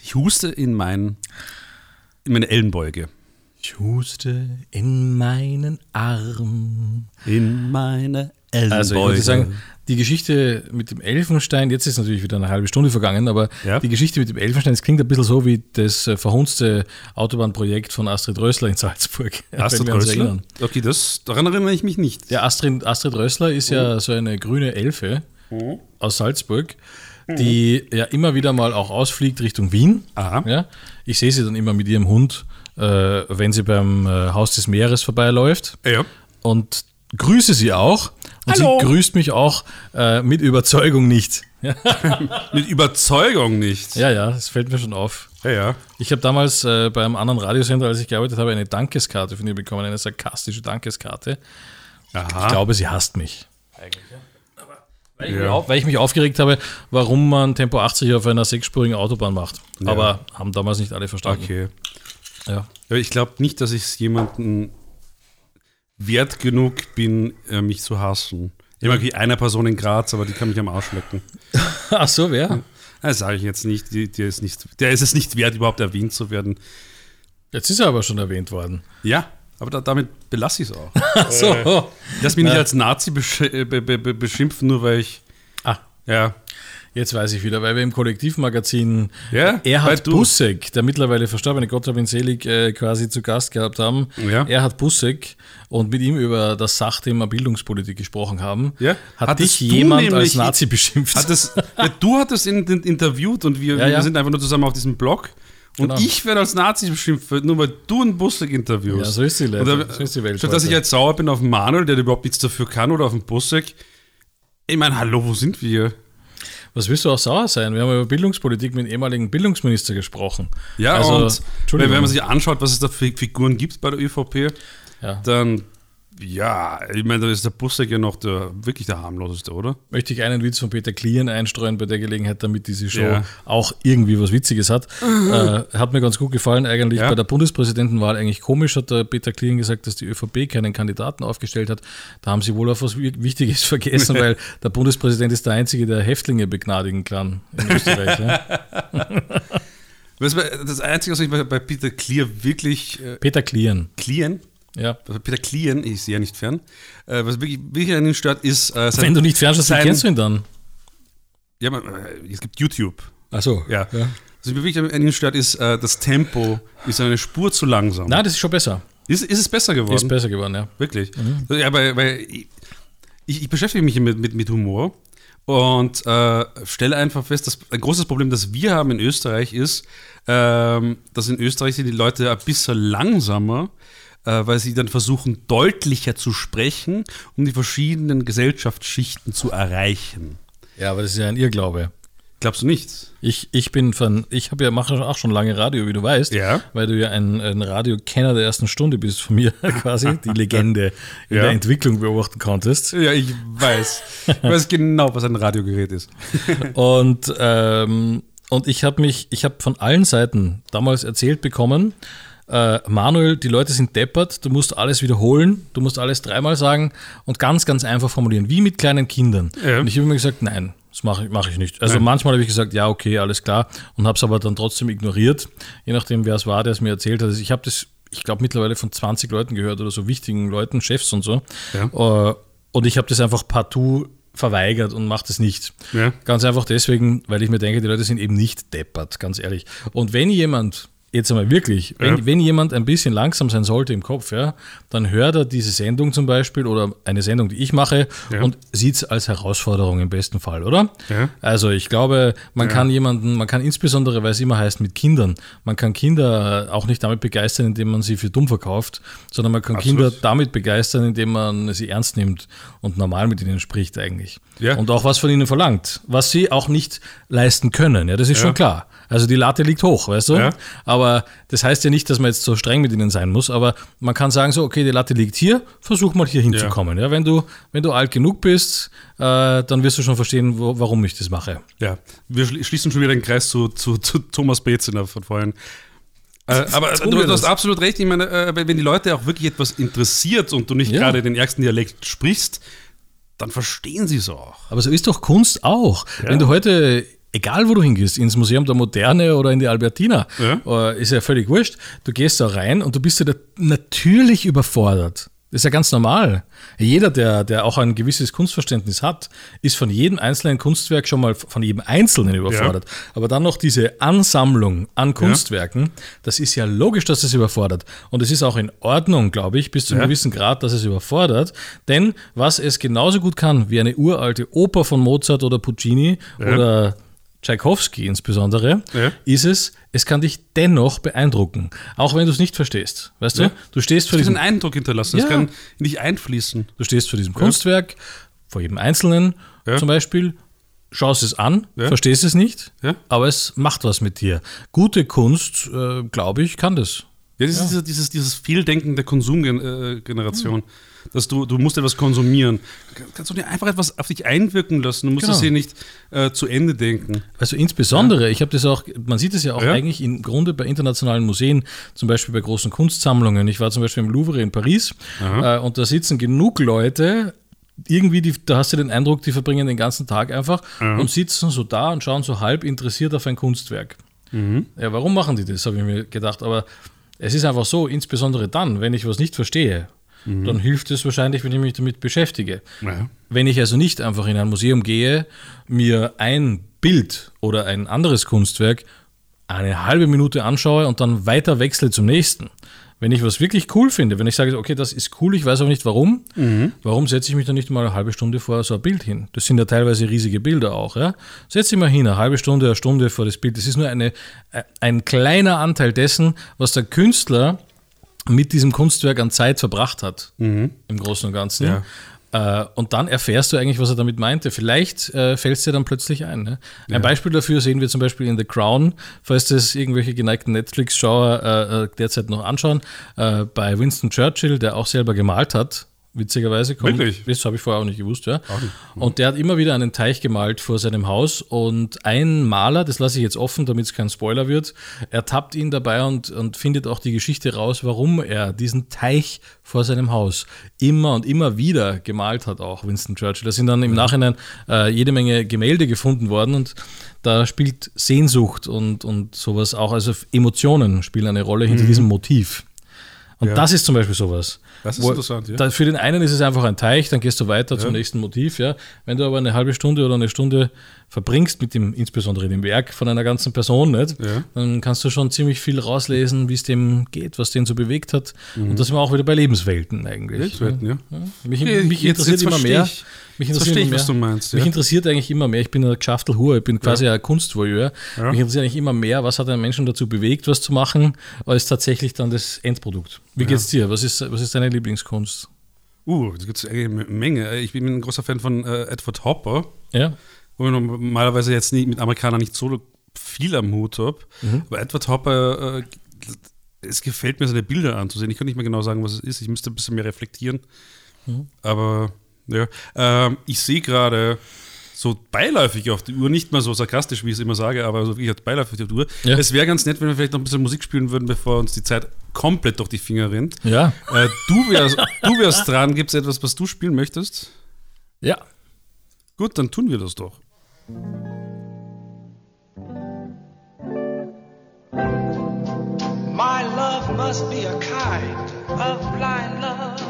Speaker 1: Ich huste in, mein, in meine Ellenbeuge.
Speaker 2: Ich huste in meinen Arm.
Speaker 1: In meine Ellenbeuge.
Speaker 2: Also ich würde sagen, die Geschichte mit dem Elfenstein, jetzt ist natürlich wieder eine halbe Stunde vergangen, aber
Speaker 1: Ja.
Speaker 2: die Geschichte mit dem Elfenstein, das klingt ein bisschen so wie das äh, verhunzte Autobahnprojekt von Astrid Rössler in Salzburg.
Speaker 1: Astrid
Speaker 2: wenn wir uns
Speaker 1: Rössler?
Speaker 2: erinnern.
Speaker 1: Okay, das, daran erinnere ich mich nicht.
Speaker 2: Ja, Astrid, Astrid Rössler ist
Speaker 1: Mhm.
Speaker 2: ja so eine grüne Elfe aus Salzburg,
Speaker 1: Mhm.
Speaker 2: die ja immer wieder mal auch ausfliegt Richtung Wien.
Speaker 1: Aha.
Speaker 2: Ja, ich sehe sie dann immer mit ihrem Hund, äh, wenn sie beim äh, Haus des Meeres vorbeiläuft
Speaker 1: Ja.
Speaker 2: und grüße sie auch. Und
Speaker 1: Hallo.
Speaker 2: sie grüßt mich auch äh, mit Überzeugung nicht. Ja,
Speaker 1: Mit Überzeugung nicht.
Speaker 2: ja, ja, das fällt mir schon auf.
Speaker 1: ja. ja.
Speaker 2: Ich habe damals äh, bei einem anderen Radiosender, als ich gearbeitet habe, eine Dankeskarte von ihr bekommen, eine sarkastische Dankeskarte.
Speaker 1: Ah.
Speaker 2: Ich glaube, sie hasst mich. Weil ich, mich auf, weil ich mich aufgeregt habe, warum man Tempo 80 auf einer sechsspurigen Autobahn macht. Aber haben damals nicht alle verstanden.
Speaker 1: Okay.
Speaker 2: Ja.
Speaker 1: Aber ich glaube nicht, dass ich es jemandem wert genug bin, äh, mich zu hassen. Ich mag wie einer Person in Graz, aber die kann mich am Arsch lecken.
Speaker 2: Ach so, wer?
Speaker 1: Das sage ich jetzt nicht. Die, der, ist nicht. der ist es nicht wert, überhaupt erwähnt zu werden.
Speaker 2: Jetzt ist er aber schon erwähnt worden.
Speaker 1: Ja, aber da, damit belasse ich es auch.
Speaker 2: Ach so.
Speaker 1: Lass mich nicht als Nazi besch äh, be be be beschimpfen, nur weil ich.
Speaker 2: Ah,
Speaker 1: Ja.
Speaker 2: jetzt weiß ich wieder, weil wir im Kollektivmagazin äh,
Speaker 1: Ja, weil
Speaker 2: Erhard
Speaker 1: du-
Speaker 2: Bussek, der mittlerweile verstorbene, Gott hab ihn selig, äh, quasi zu Gast gehabt haben.
Speaker 1: Ja.
Speaker 2: Erhard Bussek und mit ihm über das Sachthema Bildungspolitik gesprochen haben.
Speaker 1: Ja.
Speaker 2: Hat,
Speaker 1: Hattest
Speaker 2: dich
Speaker 1: du
Speaker 2: jemand als
Speaker 1: nämlich-
Speaker 2: Nazi beschimpft?
Speaker 1: Hat das, ja, du hattest ihn in, interviewt und wir,
Speaker 2: Ja,
Speaker 1: wir
Speaker 2: ja.
Speaker 1: sind einfach nur zusammen auf diesem Blog. Und
Speaker 2: Genau.
Speaker 1: ich werde als Nazi beschimpft, nur weil du einen Bussek interviewst.
Speaker 2: Ja, so ist die Welt.
Speaker 1: Und da-
Speaker 2: So ist die Welt
Speaker 1: Statt dass
Speaker 2: heute.
Speaker 1: ich jetzt sauer bin auf den Manuel, der überhaupt nichts dafür kann, oder auf den Bussek. Ich meine, hallo, wo sind wir?
Speaker 2: Was willst du auch sauer sein? Wir haben über Bildungspolitik mit dem ehemaligen Bildungsminister gesprochen.
Speaker 1: Ja,
Speaker 2: also,
Speaker 1: und wenn,
Speaker 2: Entschuldigung.
Speaker 1: wenn man sich anschaut, was es da für Figuren gibt bei der ÖVP,
Speaker 2: Ja.
Speaker 1: dann, ja, ich meine, da ist der Bussek ja noch der, wirklich der harmloseste, oder?
Speaker 2: möchte ich einen Witz von Peter Klien einstreuen bei der Gelegenheit, damit diese Show
Speaker 1: Ja.
Speaker 2: auch irgendwie was Witziges hat. äh, hat mir ganz gut gefallen eigentlich
Speaker 1: Ja.
Speaker 2: bei der Bundespräsidentenwahl. Eigentlich komisch hat der Peter Klien gesagt, dass die ÖVP keinen Kandidaten aufgestellt hat. Da haben sie wohl auf was Wir- Wichtiges vergessen, weil der Bundespräsident ist der Einzige, der Häftlinge begnadigen kann in Österreich. ja.
Speaker 1: Weißt du, Das Einzige, was ich bei, bei Peter Clear wirklich äh,
Speaker 2: Peter Klien,
Speaker 1: clearen,
Speaker 2: ja.
Speaker 1: was Peter Klien, ich sehe ja nicht fern, äh, was wirklich, wirklich an ihn stört, ist äh, sein,
Speaker 2: Wenn du nicht fernschaust, wie
Speaker 1: sein-
Speaker 2: kennst du ihn dann?
Speaker 1: ja, man, äh, es gibt YouTube,
Speaker 2: Achso,
Speaker 1: ja. Was mich wirklich an ihn stört, ist äh, das Tempo, ist eine Spur zu langsam.
Speaker 2: Nein, das ist schon besser.
Speaker 1: Ist, ist es besser geworden?
Speaker 2: Ist besser geworden, ja.
Speaker 1: Wirklich. Ja, weil, weil ich, ich ich beschäftige mich mit, mit, mit Humor und äh, stelle einfach fest, dass ein großes Problem, das wir haben in Österreich, ist, ähm, dass in Österreich sind die Leute ein bisschen langsamer, äh, weil sie dann versuchen, deutlicher zu sprechen, um die verschiedenen Gesellschaftsschichten zu erreichen.
Speaker 2: Ja, aber das ist ja ein Irrglaube.
Speaker 1: Glaubst du nicht?
Speaker 2: Ich, ich bin von, ich habe ja mache auch schon lange Radio, wie du weißt,
Speaker 1: Ja.
Speaker 2: weil du ja ein, ein Radiokenner der ersten Stunde bist von mir quasi, die Legende in
Speaker 1: Ja.
Speaker 2: der Entwicklung beobachten konntest.
Speaker 1: Ja, ich weiß. ich weiß genau, was ein Radiogerät ist.
Speaker 2: Und, ähm, und ich habe mich, ich habe von allen Seiten damals erzählt bekommen, äh, Manuel, die Leute sind deppert, du musst alles wiederholen, du musst alles dreimal sagen und ganz, ganz einfach formulieren, wie mit kleinen Kindern.
Speaker 1: Ja.
Speaker 2: Und ich habe immer gesagt, nein, das mache ich, mach ich nicht. Also manchmal habe ich gesagt, ja, okay, alles klar und habe es aber dann trotzdem ignoriert, je nachdem, wer es war, der es mir erzählt hat. Also ich habe das, ich glaube, mittlerweile von 20 Leuten gehört oder so wichtigen Leuten, Chefs und so.
Speaker 1: Ja.
Speaker 2: Äh, und ich habe das einfach partout verweigert und mache das nicht.
Speaker 1: Ja.
Speaker 2: Ganz einfach deswegen, weil ich mir denke, die Leute sind eben nicht deppert, ganz ehrlich. Und wenn jemand, jetzt einmal wirklich, wenn,
Speaker 1: Ja.
Speaker 2: wenn jemand ein bisschen langsam sein sollte im Kopf, ja, dann hört er diese Sendung zum Beispiel oder eine Sendung, die ich mache
Speaker 1: Ja.
Speaker 2: und sieht es als Herausforderung im besten Fall, oder?
Speaker 1: Ja.
Speaker 2: Also ich glaube, man kann jemanden, man kann insbesondere, weil es immer heißt, mit Kindern, man kann Kinder auch nicht damit begeistern, indem man sie für dumm verkauft, sondern man kann
Speaker 1: Absolut.
Speaker 2: Kinder damit begeistern, indem man sie ernst nimmt und normal mit ihnen spricht eigentlich.
Speaker 1: Ja.
Speaker 2: Und auch was von ihnen verlangt, was sie auch nicht leisten können. Ja, das ist schon klar. Also die Latte liegt hoch, weißt du?
Speaker 1: Ja.
Speaker 2: Aber das heißt ja nicht, dass man jetzt so streng mit ihnen sein muss, aber man kann sagen so, okay, die Latte liegt hier, versuch mal hier hinzukommen. Ja, wenn du, wenn du alt genug bist, äh, dann wirst du schon verstehen, wo, warum ich das mache.
Speaker 1: Ja, wir schli- schließen schon wieder den Kreis zu, zu, zu Thomas Brezina von vorhin. Äh, aber
Speaker 2: Tun
Speaker 1: du,
Speaker 2: wir
Speaker 1: du hast
Speaker 2: das.
Speaker 1: absolut recht. Ich meine, äh, wenn die Leute auch wirklich etwas interessiert und du nicht
Speaker 2: Ja.
Speaker 1: gerade den ärgsten Dialekt sprichst, dann verstehen sie es auch.
Speaker 2: Aber so ist doch Kunst auch. Wenn du heute, egal wo du hingehst, ins Museum der Moderne oder in die Albertina,
Speaker 1: Ja.
Speaker 2: äh, ist ja völlig wurscht, du gehst da rein und du bist ja da natürlich überfordert. Das ist ja ganz normal. Jeder, der, der auch ein gewisses Kunstverständnis hat, ist von jedem einzelnen Kunstwerk schon mal von jedem Einzelnen überfordert. Aber dann noch diese Ansammlung an Kunstwerken, das ist ja logisch, dass es überfordert. Und es ist auch in Ordnung, glaube ich, bis zu einem
Speaker 1: Ja.
Speaker 2: gewissen gewissen Grad, dass es überfordert. Denn was es genauso gut kann wie eine uralte Oper von Mozart oder Puccini oder Tchaikovsky insbesondere,
Speaker 1: Ja.
Speaker 2: ist es, es kann dich dennoch beeindrucken. Auch wenn du es nicht verstehst. Weißt
Speaker 1: Ja.
Speaker 2: du? Du stehst vor
Speaker 1: Das
Speaker 2: diesem
Speaker 1: kann einen Eindruck hinterlassen. Das
Speaker 2: Ja.
Speaker 1: kann nicht einfließen.
Speaker 2: Du stehst vor diesem Kunstwerk, vor jedem Einzelnen
Speaker 1: Ja.
Speaker 2: zum Beispiel, schaust es an,
Speaker 1: Ja.
Speaker 2: verstehst es nicht,
Speaker 1: Ja.
Speaker 2: aber es macht was mit dir. Gute Kunst, äh, glaube ich, kann das.
Speaker 1: Das ist
Speaker 2: Ja.
Speaker 1: dieses, dieses, dieses Fehldenken der Konsumgeneration. Dass du, du musst etwas konsumieren. Kannst du dir einfach etwas auf dich einwirken lassen. Du musst
Speaker 2: Genau.
Speaker 1: das hier nicht äh, zu Ende denken.
Speaker 2: Also insbesondere, ich habe das auch, man sieht es ja auch
Speaker 1: Ja.
Speaker 2: eigentlich im Grunde bei internationalen Museen, zum Beispiel bei großen Kunstsammlungen. Ich war zum Beispiel im Louvre in Paris äh, und da sitzen genug Leute, irgendwie, die, da hast du den Eindruck, die verbringen den ganzen Tag einfach und sitzen so da und schauen so halb interessiert auf ein Kunstwerk. Ja, warum machen die das, habe ich mir gedacht. Aber es ist einfach so, insbesondere dann, wenn ich was nicht verstehe, dann hilft es wahrscheinlich, wenn ich mich damit beschäftige.
Speaker 1: Ja.
Speaker 2: Wenn ich also nicht einfach in ein Museum gehe, mir ein Bild oder ein anderes Kunstwerk eine halbe Minute anschaue und dann weiter wechsle zum nächsten. Wenn ich was wirklich cool finde, wenn ich sage, okay, das ist cool, ich weiß aber nicht warum, warum setze ich mich dann nicht mal eine halbe Stunde vor so ein Bild hin? Das sind ja teilweise riesige Bilder auch. Ja? Setze ich mal hin, eine halbe Stunde, eine Stunde vor das Bild. Das ist nur eine, äh, ein kleiner Anteil dessen, was der Künstler mit diesem Kunstwerk an Zeit verbracht hat, im Großen und Ganzen. Äh, und dann erfährst du eigentlich, was er damit meinte. Vielleicht äh, fällt es dir dann plötzlich ein. Ne? Ein Beispiel dafür sehen wir zum Beispiel in The Crown, falls das irgendwelche geneigten Netflix-Schauer äh, äh, derzeit noch anschauen, äh, bei Winston Churchill, der auch selber gemalt hat. Witzigerweise kommt.
Speaker 1: Wirklich?
Speaker 2: Das habe ich vorher auch nicht gewusst, ja.
Speaker 1: Mhm.
Speaker 2: Und der hat immer wieder einen Teich gemalt vor seinem Haus und ein Maler, das lasse ich jetzt offen, damit es kein Spoiler wird, ertappt ihn dabei und, und findet auch die Geschichte raus, warum er diesen Teich vor seinem Haus immer und immer wieder gemalt hat, auch Winston Churchill. Da sind dann im Nachhinein äh, jede Menge Gemälde gefunden worden und da spielt Sehnsucht und, und sowas auch, also Emotionen spielen eine Rolle
Speaker 1: Mhm.
Speaker 2: hinter diesem Motiv. Und das ist zum Beispiel sowas.
Speaker 1: Das ist interessant, ja.
Speaker 2: Da, Also für den einen ist es einfach ein Teich, dann gehst du weiter zum nächsten Motiv. Ja. Wenn du aber eine halbe Stunde oder eine Stunde verbringst mit dem, insbesondere dem Werk von einer ganzen Person, nicht,
Speaker 1: Ja.
Speaker 2: dann kannst du schon ziemlich viel rauslesen, wie es dem geht, was den so bewegt hat. Und das sind wir auch wieder bei Lebenswelten eigentlich.
Speaker 1: Weltweiten, Mhm. ja.
Speaker 2: Mich,
Speaker 1: Nee,
Speaker 2: mich
Speaker 1: jetzt-
Speaker 2: interessiert
Speaker 1: jetzt
Speaker 2: immer
Speaker 1: versteh
Speaker 2: mehr.
Speaker 1: ich.
Speaker 2: Mich
Speaker 1: Jetzt
Speaker 2: interessiert
Speaker 1: versteh ich,
Speaker 2: immer mehr.
Speaker 1: was du meinst,
Speaker 2: Mich
Speaker 1: ja.
Speaker 2: interessiert eigentlich immer mehr. Ich bin ein Geschaftelhur, ich bin quasi ein Kunstvoyeur. Mich interessiert eigentlich immer mehr, was hat einen Menschen dazu bewegt, was zu machen, als tatsächlich dann das Endprodukt. Wie geht's dir? Was ist, was ist deine Lieblingskunst?
Speaker 1: Uh, da gibt es eine Menge. Ich bin ein großer Fan von äh, Edward Hopper,
Speaker 2: Ja.
Speaker 1: wo ich normalerweise jetzt nie, mit Amerikanern nicht so viel am Hut habe. Aber Edward Hopper, äh, es gefällt mir, seine Bilder anzusehen. Ich kann nicht mehr genau sagen, was es ist. Ich müsste ein bisschen mehr reflektieren. Aber ja, ähm, ich sehe gerade so beiläufig auf die Uhr, nicht mal so sarkastisch, wie ich es immer sage, aber so wirklich als beiläufig auf die Uhr.
Speaker 2: Ja.
Speaker 1: Es wäre ganz nett, wenn wir vielleicht noch ein bisschen Musik spielen würden, bevor uns die Zeit komplett durch die Finger rennt.
Speaker 2: Ja.
Speaker 1: Äh, du, wärst, du wärst dran. Gibt es etwas, was du spielen möchtest?
Speaker 2: Ja.
Speaker 1: Gut, dann tun wir das doch.
Speaker 4: My love must be a kind of blind love.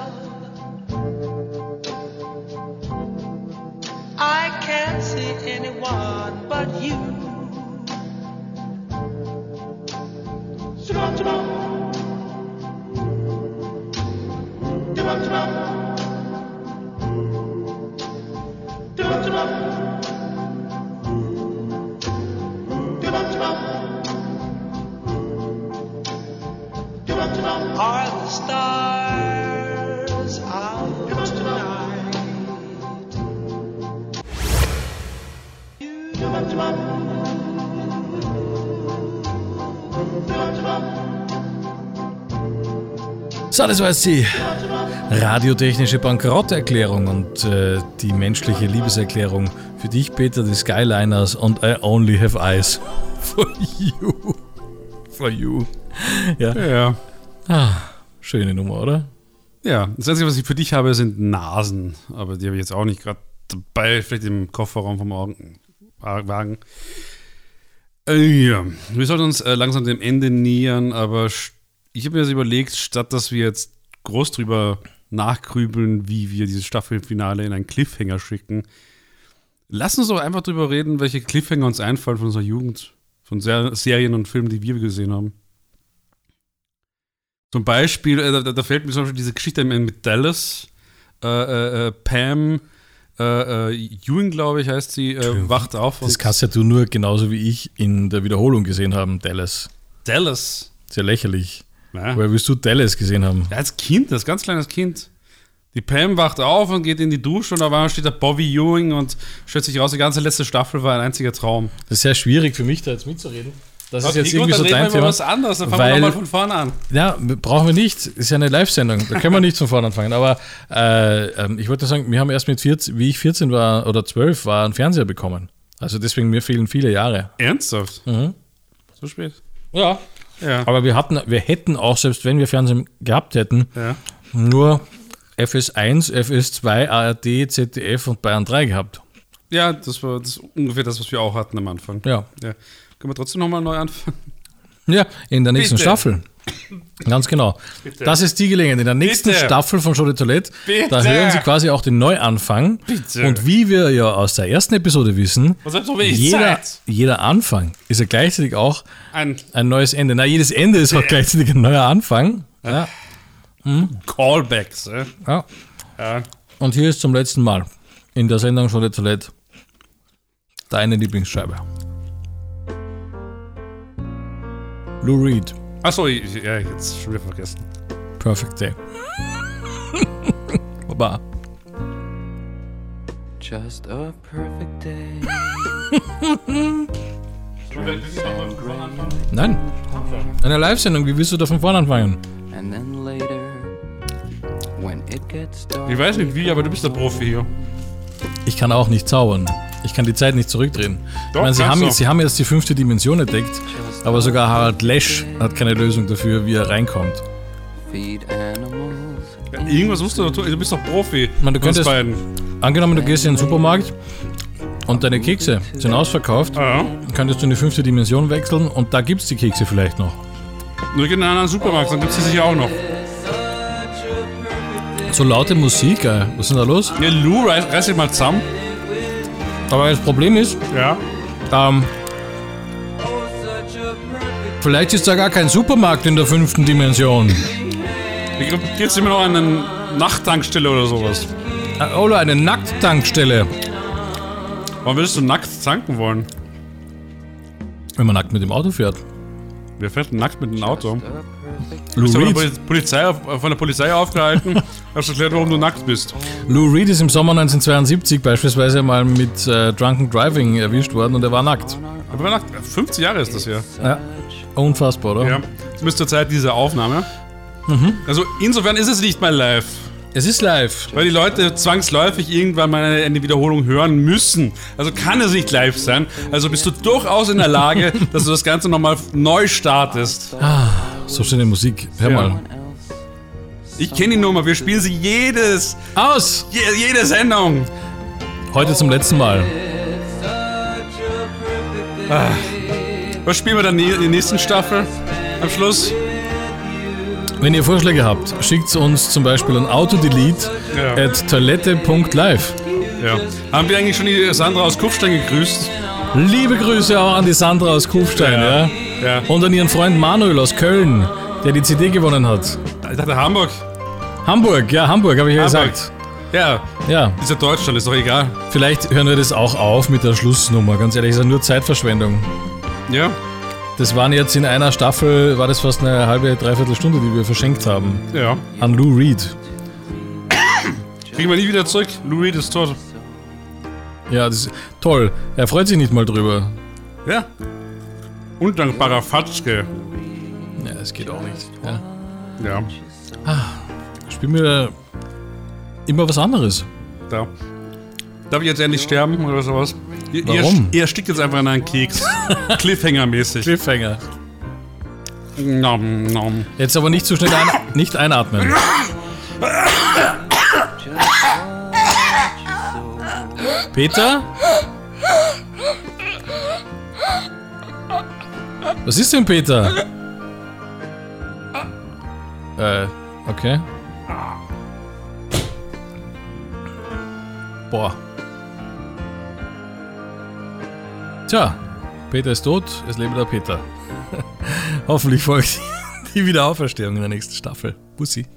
Speaker 4: I can't see anyone but you. Shabam, shabam. Shabam, shabam. Shabam, shabam. Shabam, shabam. Are the stars out tonight? You
Speaker 2: So, das war jetzt die radiotechnische Bankrotterklärung und äh, die menschliche Liebeserklärung für dich, Peter, die Skyliners und I only have eyes for you. For you. Ja.
Speaker 1: Ja.
Speaker 2: Schöne Nummer, oder?
Speaker 1: Ja, das Einzige, was ich für dich habe, sind Nasen. Aber die habe ich jetzt auch nicht gerade dabei, vielleicht im Kofferraum vom Augen- Wagen. Äh, ja, wir sollten uns äh, langsam dem Ende nähern, aber sch- ich habe mir das überlegt, statt dass wir jetzt groß drüber nachgrübeln, wie wir dieses Staffelfinale in einen Cliffhanger schicken, lass uns doch einfach drüber reden, welche Cliffhanger uns einfallen von unserer Jugend, von Ser Serien und Filmen, die wir gesehen haben. Zum Beispiel, äh, da, da fällt mir zum Beispiel diese Geschichte mit Dallas. Äh, äh, äh, Pam äh, äh, Ewing, glaube ich, heißt sie, äh, wacht auf.
Speaker 2: Das
Speaker 1: und-
Speaker 2: kannst ja du nur genauso wie ich in der Wiederholung gesehen haben, Dallas.
Speaker 1: Dallas.
Speaker 2: Sehr lächerlich.
Speaker 1: Ja.
Speaker 2: Woher willst du Dallas gesehen haben?
Speaker 1: Ja, als Kind, als ganz kleines Kind. Die Pam wacht auf und geht in die Dusche und auf einmal steht da Bobby Ewing und stellt sich raus, die ganze letzte Staffel war ein einziger Traum.
Speaker 2: Das ist sehr schwierig für mich, da jetzt mitzureden. Das
Speaker 1: Okay,
Speaker 2: ist jetzt
Speaker 1: gut,
Speaker 2: irgendwie
Speaker 1: dann
Speaker 2: so
Speaker 1: reden
Speaker 2: dein
Speaker 1: wir über
Speaker 2: Thema.
Speaker 1: was anderes, dann fangen wir
Speaker 2: weil-
Speaker 1: nochmal von vorne an.
Speaker 2: Ja, brauchen wir nicht. Ist ja eine Live-Sendung. Da können wir nicht von vorne anfangen. Aber äh, ähm, ich wollte sagen, wir haben erst mit 14, wie ich 14 war oder 12 war, einen Fernseher bekommen. Also deswegen, mir fehlen viele Jahre.
Speaker 1: Ernsthaft?
Speaker 2: Mhm.
Speaker 1: So spät.
Speaker 2: Ja.
Speaker 1: Ja.
Speaker 2: Aber wir hatten, wir hätten auch, selbst wenn wir Fernsehen gehabt hätten,
Speaker 1: Ja.
Speaker 2: nur FS1, FS2, ARD, ZDF und Bayern 3 gehabt.
Speaker 1: ja, das war das ist ungefähr das, was wir auch hatten am Anfang.
Speaker 2: Ja.
Speaker 1: Können wir trotzdem nochmal neu anfangen?
Speaker 2: Ja, in der nächsten
Speaker 1: Bitte.
Speaker 2: Staffel. Ganz genau. Das ist die Gelegenheit. In der nächsten
Speaker 1: Bitte.
Speaker 2: Staffel von Show de Toilette,
Speaker 1: Bitte.
Speaker 2: da hören Sie quasi auch den Neuanfang.
Speaker 1: Bitte.
Speaker 2: Und wie wir ja aus der ersten Episode wissen,
Speaker 1: Was habt ihr so wenig
Speaker 2: jeder,
Speaker 1: Zeit?
Speaker 2: jeder Anfang ist ja gleichzeitig auch
Speaker 1: Ein
Speaker 2: ein neues Ende. Na, jedes Ende ist auch gleichzeitig ein neuer Anfang. Ja,
Speaker 1: Callbacks. Äh?
Speaker 2: ja.
Speaker 1: Ja.
Speaker 2: Und hier ist zum letzten Mal in der Sendung Show de Toilette deine Lieblingsscheibe. Lou Reed,
Speaker 1: Achso, ja, jetzt schon wieder vergessen.
Speaker 2: Perfect Day. Baba.
Speaker 5: Just a perfect day.
Speaker 2: Nein. Eine Live-Sendung, wie willst du da von vorne anfangen?
Speaker 5: And then later, when it gets dark.
Speaker 1: Ich weiß nicht wie, aber du bist der er Profi hier.
Speaker 2: Ich kann auch nicht zaubern. Ich kann die Zeit nicht zurückdrehen. ich
Speaker 1: Doch,
Speaker 2: meine, sie
Speaker 1: kannst
Speaker 2: haben,
Speaker 1: du.
Speaker 2: jetzt, sie haben jetzt die fünfte Dimension entdeckt, aber sogar Harald Lesch hat keine Lösung dafür, wie er reinkommt.
Speaker 5: Feed animals.
Speaker 1: Ja, irgendwas musst du doch tun. Du bist doch Profi.
Speaker 2: Man, du
Speaker 1: Von uns
Speaker 2: könntest-
Speaker 1: beiden.
Speaker 2: Angenommen, du gehst in den Supermarkt und deine Kekse sind ausverkauft,
Speaker 1: Ja.
Speaker 2: könntest du in die fünfte Dimension wechseln und da gibt es die Kekse vielleicht noch.
Speaker 1: Nur gehen in einen anderen Supermarkt, dann gibt es sie sicher auch noch.
Speaker 2: So laute Musik, ey. was ist denn da los?
Speaker 1: Ja, Lou, reiß, reiß dich mal zusammen.
Speaker 2: Aber das Problem ist,
Speaker 1: Ja.
Speaker 2: ähm, vielleicht ist da gar kein Supermarkt in der fünften Dimension.
Speaker 1: Ich glaube, jetzt immer noch an eine Nachttankstelle oder sowas.
Speaker 2: Ah, Oder eine Nackttankstelle.
Speaker 1: Wann würdest du nackt tanken wollen?
Speaker 2: Wenn man nackt mit dem Auto fährt.
Speaker 1: Wer fährt denn nackt mit dem Auto?
Speaker 2: Lou
Speaker 1: Bist du von
Speaker 2: Reed.
Speaker 1: der Poli- Polizei, auf- äh, von der Polizei aufgehalten, hast erklärt, warum du nackt bist.
Speaker 2: Lou Reed ist im Sommer 1972 beispielsweise mal mit äh, Drunken Driving erwischt worden und er war nackt.
Speaker 1: Aber nach 50 Jahre ist das ja.
Speaker 2: Ja. Unfassbar, oder?
Speaker 1: Ja. Zumindest zur Zeit dieser Aufnahme.
Speaker 2: Mhm.
Speaker 1: Also insofern ist es nicht mal live,
Speaker 2: Es ist live.
Speaker 1: weil die Leute zwangsläufig irgendwann mal eine, eine Wiederholung hören müssen. Also kann es nicht live sein. Also bist du durchaus in der Lage, dass du das Ganze nochmal neu startest.
Speaker 2: So schöne Musik. Hör
Speaker 1: Ja.
Speaker 2: mal.
Speaker 1: Ich kenne die Nummer, wir spielen sie jedes,
Speaker 2: Aus!
Speaker 1: je, jede Sendung.
Speaker 2: Heute zum letzten Mal.
Speaker 1: Was spielen wir dann in der nächsten Staffel? Am Schluss?
Speaker 2: Wenn ihr Vorschläge habt, schickt uns zum Beispiel an autodelete
Speaker 1: Ja.
Speaker 2: at toilette.live.
Speaker 1: Ja. Haben wir eigentlich schon die Sandra aus Kufstein gegrüßt?
Speaker 2: Liebe Grüße auch an die Sandra aus Kufstein ja.
Speaker 1: Ja.
Speaker 2: und an ihren Freund Manuel aus Köln, der die CD gewonnen hat.
Speaker 1: Oh, Ich dachte Hamburg.
Speaker 2: Hamburg, ja, Hamburg, habe ich ja
Speaker 1: Hamburg.
Speaker 2: gesagt.
Speaker 1: Ja,
Speaker 2: Ja,
Speaker 1: ist ja Deutschland, ist doch egal.
Speaker 2: Vielleicht hören wir das auch auf mit der Schlussnummer. Ganz ehrlich, ist ja nur Zeitverschwendung.
Speaker 1: Ja.
Speaker 2: Das waren jetzt in einer Staffel, war das fast eine halbe, dreiviertel Stunde, die wir verschenkt haben.
Speaker 1: Ja.
Speaker 2: An Lou Reed.
Speaker 1: Kriegen wir nie wieder zurück. Lou Reed ist tot.
Speaker 2: Ja, das ist toll. Er freut sich nicht mal drüber.
Speaker 1: Ja. Undankbarer Fatschke.
Speaker 2: Ja, das geht auch nicht. Ja.
Speaker 1: Ja.
Speaker 2: Spiel mir immer was anderes.
Speaker 1: Da. Darf ich jetzt endlich sterben oder sowas? Ihr,
Speaker 2: Warum?
Speaker 1: Ihr, ihr stickt jetzt einfach in einen Keks. Cliffhanger-mäßig.
Speaker 2: Cliffhanger.
Speaker 1: nom, nom.
Speaker 2: Jetzt aber nicht zu schnell ein, nicht einatmen. Peter? Was ist denn Peter? Äh, okay. Boah. Tja, Peter ist tot, es lebe der Peter. Hoffentlich folgt die Wiederauferstehung in der nächsten Staffel. Bussi.